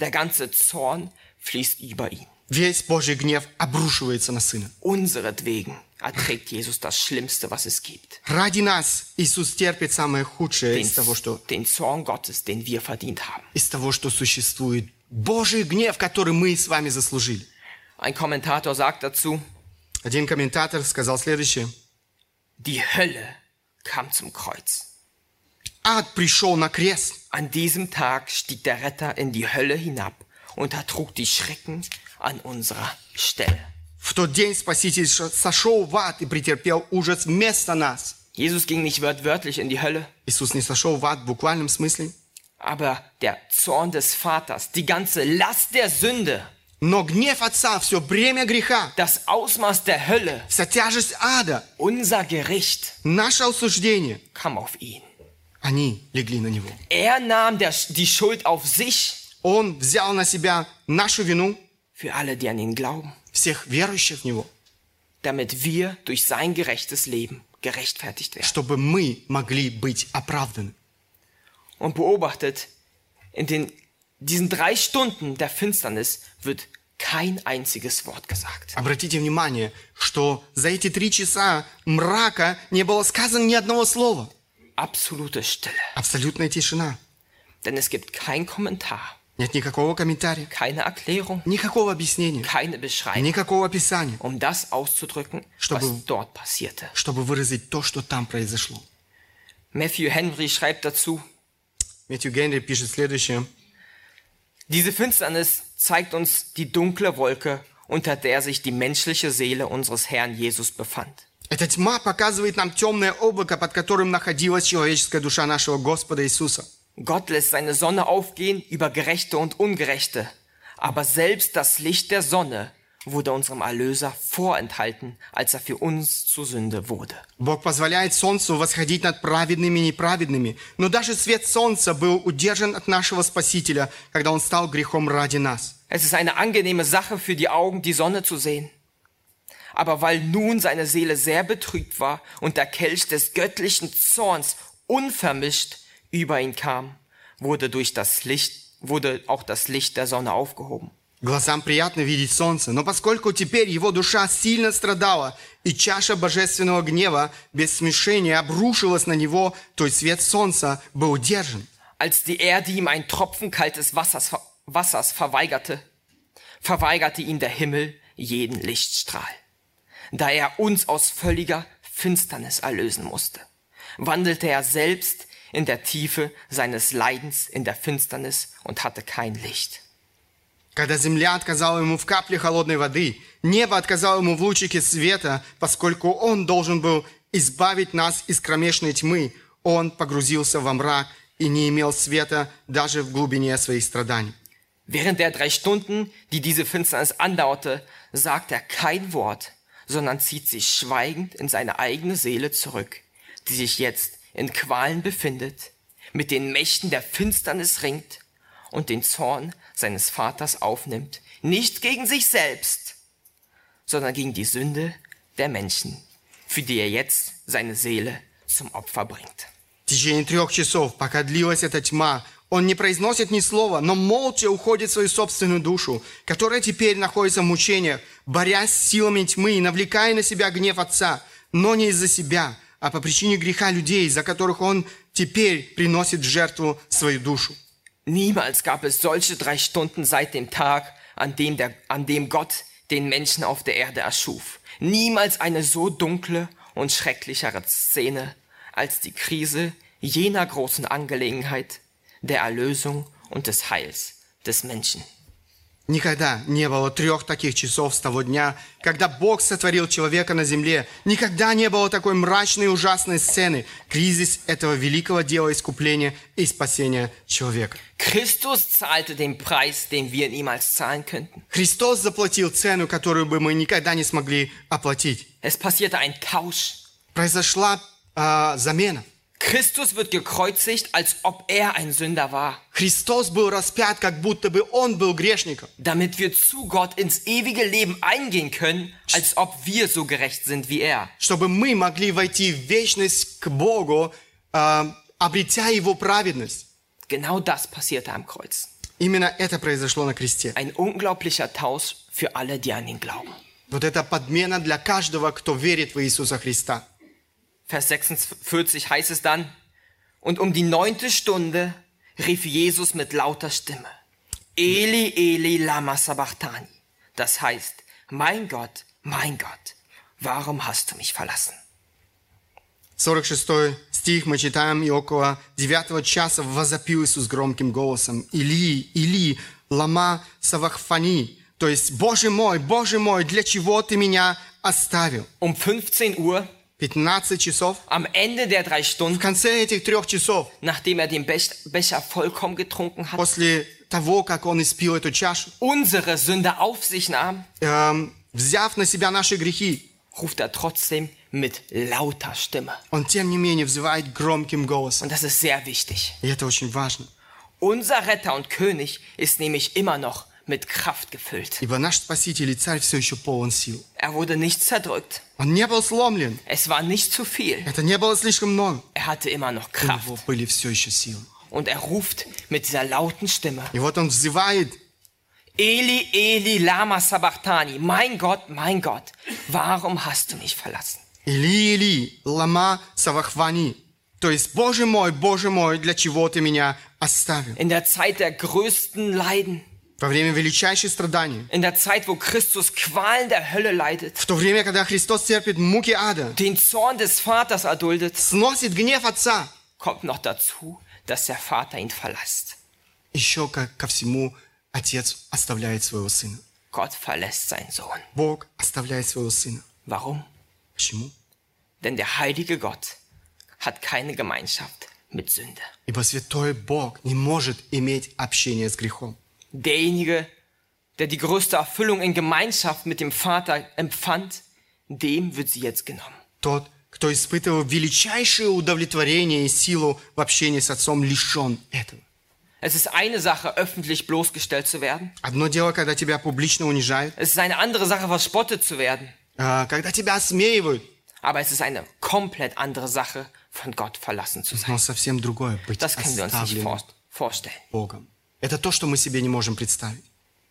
S1: Der ganze Zorn fließt über ihn.
S2: Весь Божий гнев обрушивается на сына.
S1: Unseretwegen erträgt Jesus das Schlimmste, was es gibt.
S2: Ради нас Иисус терпит самое худшее
S1: Den,
S2: из того, что,
S1: den Zorn Gottes, den wir verdient haben.
S2: из того, что существует. Божий гнев, который мы с вами заслужили.
S1: Ein Kommentator sagt dazu,
S2: Один комментатор сказал следующее.
S1: die Hölle kam zum Kreuz.
S2: Ад пришел на крест.
S1: An diesem Tag stieg der Retter in die Hölle hinab und ertrug die Schrecken an unserer Stelle.
S2: В тот день Спаситель ш- сошел в ад и претерпел ужас вместо нас.
S1: Jesus ging nicht wörtwörtlich in die Hölle,
S2: Иисус не сошел в ад в буквальном смысле,
S1: aber der Zorn des Vaters, die ganze Last der Sünde,
S2: но гнев Отца, все бремя греха,
S1: das Ausmaß der Hölle,
S2: вся тяжесть ада,
S1: unser Gericht
S2: наше осуждение,
S1: kam auf ihn.
S2: они легли на Него.
S1: Er nahm der, die Schuld auf sich
S2: Он взял на себя нашу вину,
S1: für alle, die an ihn glauben,
S2: всех верующих в Него,
S1: damit wir durch sein gerechtes Leben gerechtfertigt werden.
S2: чтобы мы могли быть оправданы.
S1: Und beobachtet, in den, diesen drei Stunden der Finsternis wird kein einziges Wort gesagt.
S2: Обратите внимание, что за эти три часа мрака не было сказано ни одного слова.
S1: Absolute Stille.
S2: Абсолютная тишина.
S1: Denn es gibt keinen Kommentar,
S2: Нет никакого комментария,
S1: keine Erklärung,
S2: никакого объяснения,
S1: keine Beschreibung,
S2: никакого описания,
S1: um das auszudrücken, was
S2: Чтобы-
S1: dort passierte.
S2: чтобы выразить то, что там произошло.
S1: Matthew Henry schreibt dazu,
S2: Мэтью Генри пишет следующее.
S1: Diese Finsternis zeigt uns die dunkle Wolke, unter der sich die menschliche Seele unseres Herrn Jesus befand.
S2: Эта тьма показывает нам темное облако, под которым находилась человеческая душа нашего Господа Иисуса.
S1: Gott lässt seine Sonne aufgehen über Gerechte und Ungerechte, aber selbst das Licht der Sonne wurde unserem Erlöser vorenthalten, als er für uns zur Sünde wurde.
S2: Бог позволяет солнцу восходить над праведными и неправедными. Но даже свет солнца был удержан от нашего Спасителя, когда он стал грехом ради нас.
S1: Es ist eine angenehme Sache für die Augen, die Sonne zu sehen. Aber weil nun seine Seele sehr betrübt war und der Kelch des göttlichen Zorns unvermischt über ihn kam, wurde durch das Licht, wurde auch das Licht der Sonne aufgehoben.
S2: Глазам приятно видеть солнце, но поскольку теперь его душа сильно страдала, и чаша божественного гнева без смешения обрушилась на него, то есть свет солнца был удержан.
S1: Als die Erde ihm einen Tropfen kaltes Wassers, Wassers verweigerte, verweigerte ihn der Himmel jeden Lichtstrahl, da er uns aus völliger Finsternis erlösen musste. Wandelte er selbst in der Tiefe seines Leidens in der Finsternis und hatte kein Licht.
S2: Когда земля отказала ему в капле холодной воды, небо отказало ему в лучике света, поскольку он должен был избавить нас из кромешной тьмы, он погрузился во мрак и не имел света даже в глубине своих страданий.
S1: Während der drei Stunden, die diese Finsternis andauerte, sagt er kein Wort, sondern zieht sich schweigend in seine eigene Seele zurück, die sich jetzt in Qualen befindet, mit den Mächten der Finsternis ringt und den Zorn seines Vaters aufnimmt, nicht gegen sich selbst, sondern gegen die Sünde der Menschen, für die er jetzt seine Seele zum Opfer bringt.
S2: В течение трех часов, пока длилась эта тьма, он не произносит ни слова, но молча уходит в свою собственную душу, которая теперь находится в мучениях, борясь с силами тьмы и навлекая на себя гнев Отца, но не из-за себя, а по причине греха людей, за которых он теперь приносит в жертву свою душу.
S1: Niemals gab es solche drei Stunden seit dem Tag, an dem, der, an dem Gott den Menschen auf der Erde erschuf. Niemals eine so dunkle und schrecklichere Szene als die Krise jener großen Angelegenheit der Erlösung und des Heils des Menschen.
S2: Никогда не было трех таких часов с того дня, когда Бог сотворил человека на земле. Никогда не было такой мрачной и ужасной сцены, кризис этого великого дела искупления и спасения человека.
S1: Christus zahlte den Preis, den wir niemals zahlen könnten.
S2: Христос заплатил цену, которую бы мы никогда не смогли оплатить.
S1: Es passierte ein Tausch.
S2: Произошла а, замена.
S1: Christus wird gekreuzigt, als ob er ein Sünder war,
S2: Христос был распят, как будто бы он был грешником,
S1: damit wir zu Gott ins ewige Leben eingehen können, als ob wir so gerecht sind wie er.
S2: чтобы мы могли войти в вечность к Богу, а, обретя Его праведность.
S1: Genau das passierte am Kreuz.
S2: Именно это произошло на кресте.
S1: Ein unglaublicher Tausch für alle, die an ihn glauben.
S2: Вот это подмена для каждого, кто верит в Иисуса Христа.
S1: Vers 46 heißt es dann, und um die neunte Stunde rief Jesus mit lauter Stimme, Eli, Eli, lama sabachthani. Das heißt, mein Gott, mein Gott, warum hast du mich verlassen?
S2: 46 стих мы читаем, и около девятого часа возопил Иисус громким голосом, «Или, Или, лама савахфани», то есть «Боже мой, Боже мой, для чего ты меня оставил?»
S1: Um 15 Uhr,
S2: 15 часов.
S1: am Ende der drei
S2: В
S1: Stunden,
S2: конце этих трех часов,
S1: nachdem er den Bech Becher vollkommen getrunken hat,
S2: после того, как он испил эту чашу,
S1: unsere Sünde auf sich nahm,
S2: эм, взяв на себя наши грехи,
S1: ruft er trotzdem mit lauter Stimme.
S2: он, тем не менее, взывает громким
S1: Und
S2: голосом.
S1: das ist sehr wichtig.
S2: И это очень важно.
S1: Unser Retter und König ist nämlich immer noch mit Kraft gefüllt.
S2: Ибо наш Спаситель и Царь все еще полон сил.
S1: Er wurde nicht zerdrückt.
S2: Он не был сломлен.
S1: Es war nicht zu viel.
S2: Это не было слишком много.
S1: Er hatte immer noch
S2: У него
S1: Kraft.
S2: были все еще силы.
S1: Und er ruft mit dieser lauten Stimme.
S2: И вот он взывает,
S1: Eli, Eli, lama sabachthani. Mein Gott, mein Gott, warum hast du mich verlassen?
S2: Или, Или, лама савахвани. То есть, Боже мой, Боже мой, для чего ты меня оставил?
S1: In der Zeit der größten Leiden,
S2: Во время величайших страданий,
S1: in der Zeit, wo Christus Qualen der Hölle
S2: в
S1: leidet,
S2: то время, когда Христос терпит муки ада,
S1: den Zorn des Vaters erduldet,
S2: сносит гнев Отца,
S1: kommt noch dazu, dass der Vater ihn verlässt.
S2: еще как ко всему Отец оставляет своего Сына.
S1: Gott verlässt seinen Sohn.
S2: Бог оставляет своего Сына.
S1: Warum?
S2: Почему?
S1: Denn der heilige Gott hat keine Gemeinschaft mit Sünde.
S2: Ибо святой Бог не может иметь общение с грехом.
S1: Derjenige, der die größte Erfüllung in Gemeinschaft mit dem Vater empfand, dem wird sie jetzt genommen.
S2: Тот, кто испытывал величайшее удовлетворение и силу в общении с Отцом, лишен этого.
S1: Es ist eine Sache, öffentlich bloßgestellt zu werden.
S2: Одно дело, когда тебя публично унижают,
S1: Es ist eine andere Sache, verspottet zu werden.
S2: а, когда тебя осмеивают,
S1: Aber es ist eine komplett andere Sache, von Gott verlassen zu sein.
S2: но совсем другое быть
S1: Das können wir uns nicht
S2: оставленным
S1: vor vorstellen.
S2: Богом. Это то, что мы себе не можем представить.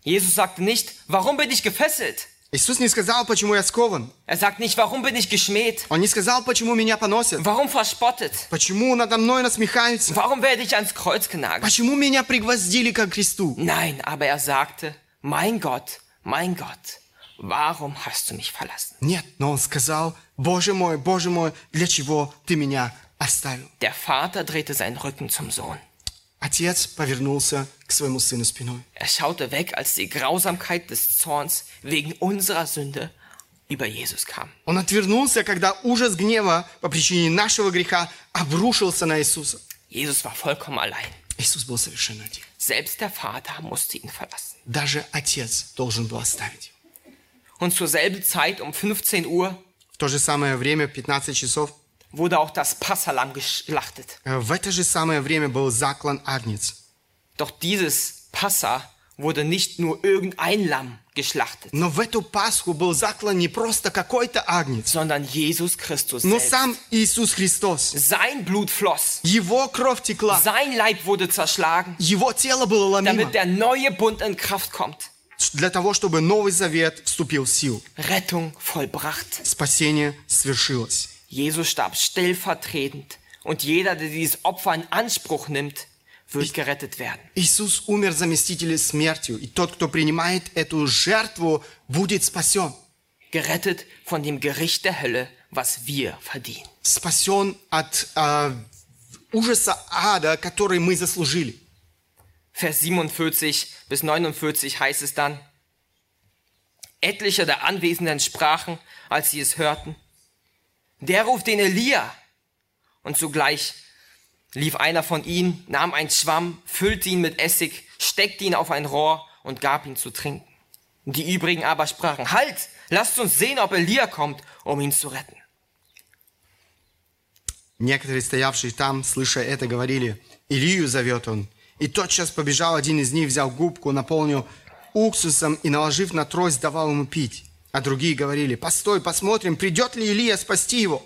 S1: Jesus sagte nicht, warum bin ich gefesselt?
S2: Иисус не сказал, почему я скован.
S1: Er sagt nicht, warum bin ich geschmäht?
S2: Он не сказал, почему меня поносят.
S1: Warum verspottet?
S2: Почему надо мной насмехаются.
S1: Warum werde ich ans Kreuz genagelt?
S2: Почему меня пригвоздили ко кресту.
S1: Nein, aber er sagte, mein Gott, mein Gott, warum hast du mich verlassen?
S2: Нет, но он сказал, Боже мой, Боже мой, для чего ты меня оставил?
S1: Der Vater drehte seinen Rücken zum Sohn.
S2: Отец повернулся к своему сыну спиной.
S1: Er schaute weg, als die Grausamkeit des Zorns wegen unserer Sünde über Jesus kam.
S2: Он отвернулся, когда ужас гнева по причине нашего греха обрушился на Иисуса.
S1: Jesus war vollkommen allein.
S2: Иисус был совершенно один.
S1: Selbst der Vater musste ihn verlassen.
S2: Даже отец должен был оставить его.
S1: Und zur selben Zeit um 15 Uhr
S2: В то же самое время, в 15 часов,
S1: wurde auch das Passalam geschlachtet.
S2: э, в это же самое время был заклан Агнец.
S1: Doch dieses Passa wurde nicht nur irgendein Lamm geschlachtet,
S2: Но в эту Пасху был заклан не просто какой-то Агнец,
S1: sondern Jesus Christus
S2: но
S1: selbst.
S2: сам Иисус Христос.
S1: Sein Blut floss.
S2: Его кровь текла,
S1: Sein Leib wurde zerschlagen,
S2: его тело было ломимо
S1: damit der neue Bund in Kraft kommt.
S2: для того, чтобы Новый Завет вступил в силу.
S1: Rettung vollbracht.
S2: Спасение свершилось.
S1: Jesus starb stellvertretend und jeder, der dieses Opfer in Anspruch nimmt, wird gerettet werden.
S2: Иисус умер заместителя смертью, и тот, кто принимает эту жертву, будет спасен.
S1: Gerettet von dem Gericht der Hölle, was wir verdienen.
S2: Спасен от а, ужаса ада, который мы заслужили.
S1: Vers 47 bis 49 heißt es dann, etliche der Anwesenden sprachen, als sie es hörten, der ruft den Elia. Und sogleich lief einer von ihnen, nahm einen Schwamm, füllte ihn mit Essig, steckte ihn auf ein Rohr und gab ihn zu trinken. Die übrigen aber sprachen, halt, lasst uns sehen, ob Elia kommt, um ihn zu retten.
S2: Некоторые, стоявшие там, слыша это, говорили, «Илию зовет он». И тотчас побежал один из них, взял губку, наполнил уксусом и, наложив на трость, давал ему пить. А другие говорили, «Постой, посмотрим, придет ли Илия спасти его».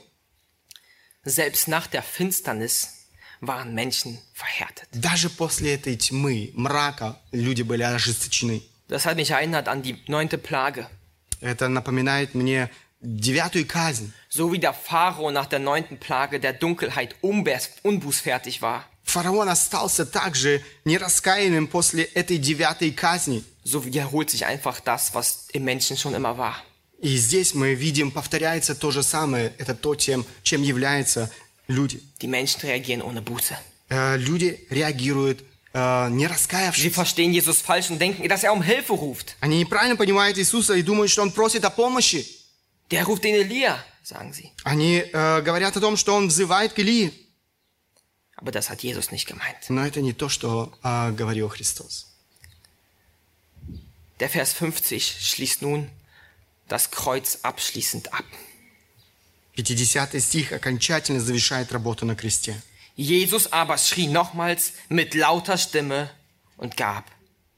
S1: Selbst nach der Finsternis waren Menschen verhärtet.
S2: Даже после этой тьмы, мрака, люди были ожесточены.
S1: Das hat mich erinnert an die neunte Plage.
S2: Это напоминает мне девятую казнь.
S1: So wie der Pharao nach der neunten Plage der Dunkelheit unbe- unbußfertig war,
S2: Фараон остался также нераскаянным после этой девятой казни.
S1: so wiederholt sich einfach das, was im Menschen schon immer war.
S2: И здесь мы видим, повторяется то же самое. Это то, тем, чем являются люди.
S1: Die Menschen reagieren ohne Buße.
S2: Э, люди реагируют э, не
S1: Sie
S2: раскаявшись.
S1: verstehen Jesus falsch und denken, dass er um Hilfe ruft.
S2: Они неправильно понимают Иисуса и думают, что Он просит о помощи.
S1: Der ruft den Elia, sagen sie.
S2: Они э, говорят о том, что Он взывает к Илии.
S1: Aber das hat Jesus nicht gemeint.
S2: Но это не то, что э, говорил Христос.
S1: Der Vers 50 schließt nun das Kreuz abschließend ab.
S2: 50 стих окончательно завершает работу на кресте.
S1: Jesus aber schrie nochmals mit lauter Stimme und gab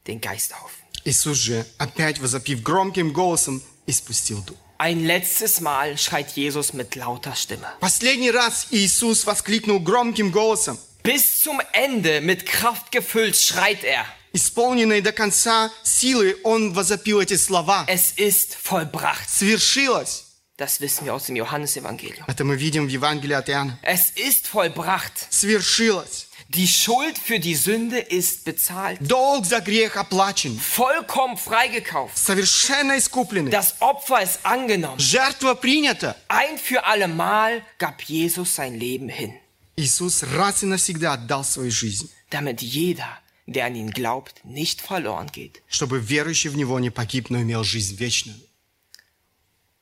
S1: den Geist auf.
S2: Иисус же, опять возопив громким голосом, испустил дух.
S1: Ein letztes Mal schreit Jesus mit lauter Stimme.
S2: Последний раз Иисус воскликнул громким голосом.
S1: Bis zum Ende mit Kraft gefüllt schreit er,
S2: Исполненный до конца силы, Он возопил эти слова.
S1: es ist vollbracht.
S2: Свершилось!
S1: Das wissen wir aus dem Johannesevangelium.
S2: Это мы видим в Евангелии от Иоанна.
S1: Es ist vollbracht.
S2: Свершилось!
S1: Die Schuld für die Sünde ist bezahlt.
S2: Долг за грех оплачен.
S1: Vollkommen freigekauft.
S2: Совершенно искуплены.
S1: Das Opfer ist angenommen.
S2: Жертва принята.
S1: Ein für alle Mal gab Jesus sein Leben hin,
S2: Иисус раз и навсегда отдал свою жизнь,
S1: damit jeder, der an ihn glaubt, nicht verloren geht.
S2: чтобы верующий в Него не погиб, но имел жизнь вечную.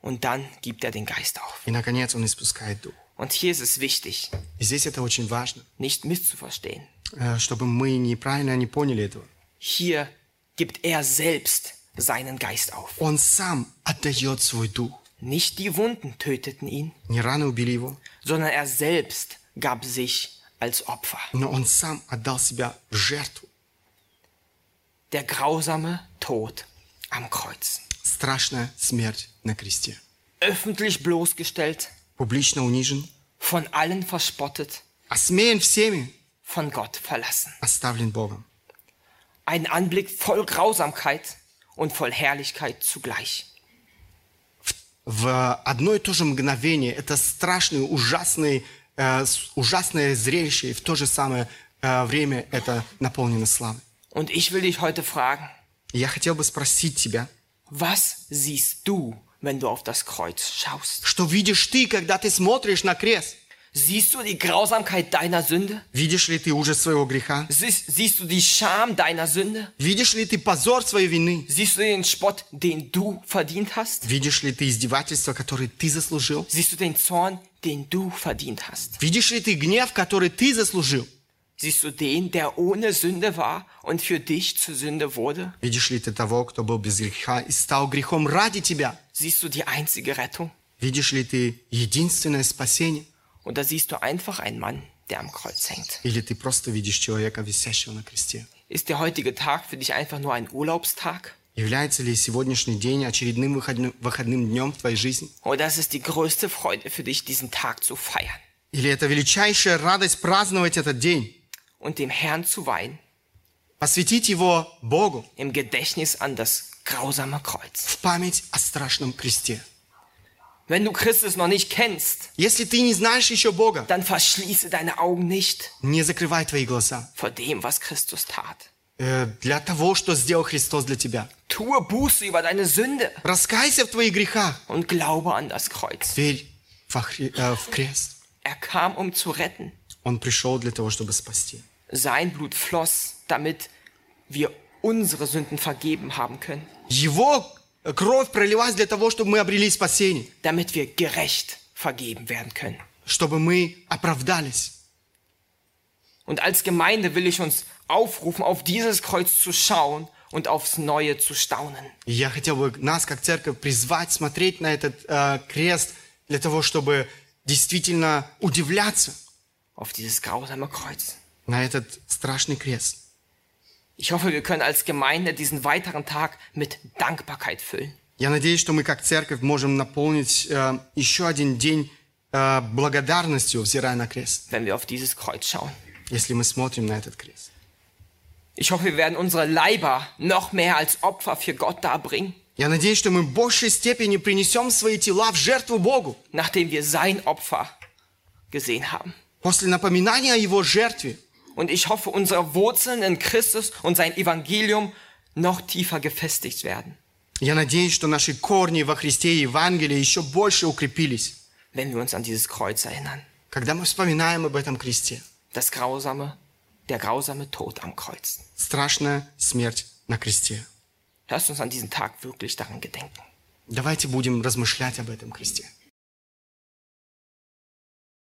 S1: Und dann gibt er den Geist auf.
S2: И, наконец, Он испускает Дух.
S1: Und hier ist es wichtig,
S2: И здесь это очень важно,
S1: nicht misszuverstehen.
S2: э, чтобы мы неправильно не поняли этого.
S1: Hier gibt er selbst seinen Geist auf.
S2: Он сам отдает свой дух.
S1: Nicht die Wunden töteten ihn,
S2: Не раны убили его,
S1: sondern er selbst gab sich als Opfer.
S2: но он сам отдал себя в жертву.
S1: Der grausame Tod am Kreuz.
S2: Страшная смерть на кресте.
S1: Öffentlich bloßgestellt,
S2: Публично унижен,
S1: von allen verspottet,
S2: осмеян всеми,
S1: von Gott verlassen.
S2: оставлен Богом.
S1: Ein Anblick voll Grausamkeit und voll Herrlichkeit zugleich.
S2: в одно и то же мгновение это страшное, ужасное, э, с- ужасное зрелище, и в то же самое э, время это наполнено славой.
S1: Und ich will dich heute fragen,
S2: И Я хотел бы спросить тебя,
S1: was siehst du, wenn du auf das Kreuz schaust?
S2: что видишь ты, когда ты смотришь на крест?
S1: Siehst du die Grausamkeit deiner Sünde?
S2: Видишь ли ты ужас своего греха?
S1: Siehst, siehst du die Scham deiner Sünde?
S2: Видишь ли ты позор своей вины?
S1: Siehst du den Spott, den du verdient hast?
S2: Видишь ли ты издевательство, которое ты заслужил?
S1: Siehst du den Zorn, den du verdient hast?
S2: Видишь ли ты гнев, который ты заслужил?
S1: Siehst du den, der ohne Sünde war und für dich zur Sünde wurde?
S2: Видишь ли ты того, кто был без греха и стал грехом ради тебя?
S1: Siehst du die einzige Rettung?
S2: Видишь ли ты единственное спасение?
S1: Oder siehst du einfach einen Mann, der am Kreuz hängt?
S2: Или ты просто видишь человека, висящего на кресте?
S1: Ist der heutige Tag für dich einfach nur ein Urlaubstag?
S2: Является ли сегодняшний день очередным выходным, выходным днем в твоей жизни?
S1: Oder ist es die größte Freude für dich, diesen Tag zu feiern
S2: Или это величайшая радость праздновать этот день?
S1: und dem Herrn zu weihen
S2: Посвятить его Богу
S1: im Gedächtnis an das grausame Kreuz?
S2: в память о страшном кресте.
S1: Wenn du Christus noch nicht kennst,
S2: Если ты не знаешь еще Бога,
S1: dann verschließe deine Augen nicht
S2: не закрывай твои глаза
S1: vor dem, was Christus tat.
S2: э, для того, что сделал Христос для тебя.
S1: Tue Buße über deine Sünde
S2: Раскайся в твоих грехах.
S1: und glaube an das Kreuz.
S2: Верь во Хри- э, в крест.
S1: Er kam, um zu retten.
S2: Он пришел для того, чтобы спасти.
S1: Sein Blut floss, damit wir unsere Sünden vergeben haben können,
S2: Его кровь пролилась для того, чтобы мы обрели спасение.
S1: damit wir gerecht vergeben werden können.
S2: чтобы мы оправдались.
S1: Und als Gemeinde will ich uns aufrufen, auf dieses Kreuz zu schauen und aufs Neue zu staunen.
S2: И я хотел бы нас, как церковь, призвать смотреть на этот э, крест для того, чтобы действительно удивляться
S1: Auf dieses grausame Kreuz.
S2: на этот страшный крест.
S1: Ich hoffe, wir können als Gemeinde diesen weiteren Tag mit Dankbarkeit füllen.
S2: Я надеюсь, что мы, как церковь, можем наполнить э, еще один день э, благодарностью, взирая на крест,
S1: wenn wir auf dieses Kreuz schauen.
S2: если мы смотрим на этот крест.
S1: Ich hoffe, wir werden unsere Leiber noch mehr als Opfer für Gott darbringen,
S2: Я надеюсь, что мы в большей степени принесем свои тела в жертву Богу
S1: nachdem wir sein Opfer gesehen haben.
S2: после напоминания о Его жертве.
S1: Und ich hoffe, unsere Wurzeln in Christus und sein Evangelium noch tiefer gefestigt werden,
S2: Я надеюсь, что наши корни во Христе и Евангелии еще больше укрепились.
S1: wenn wir uns an dieses Kreuz erinnern.
S2: Когда мы вспоминаем об этом кресте,
S1: Das grausame, der grausame Tod am Kreuz.
S2: страшная смерть на кресте.
S1: Lasst uns an diesem Tag wirklich daran gedenken.
S2: Давайте будем размышлять об этом кресте.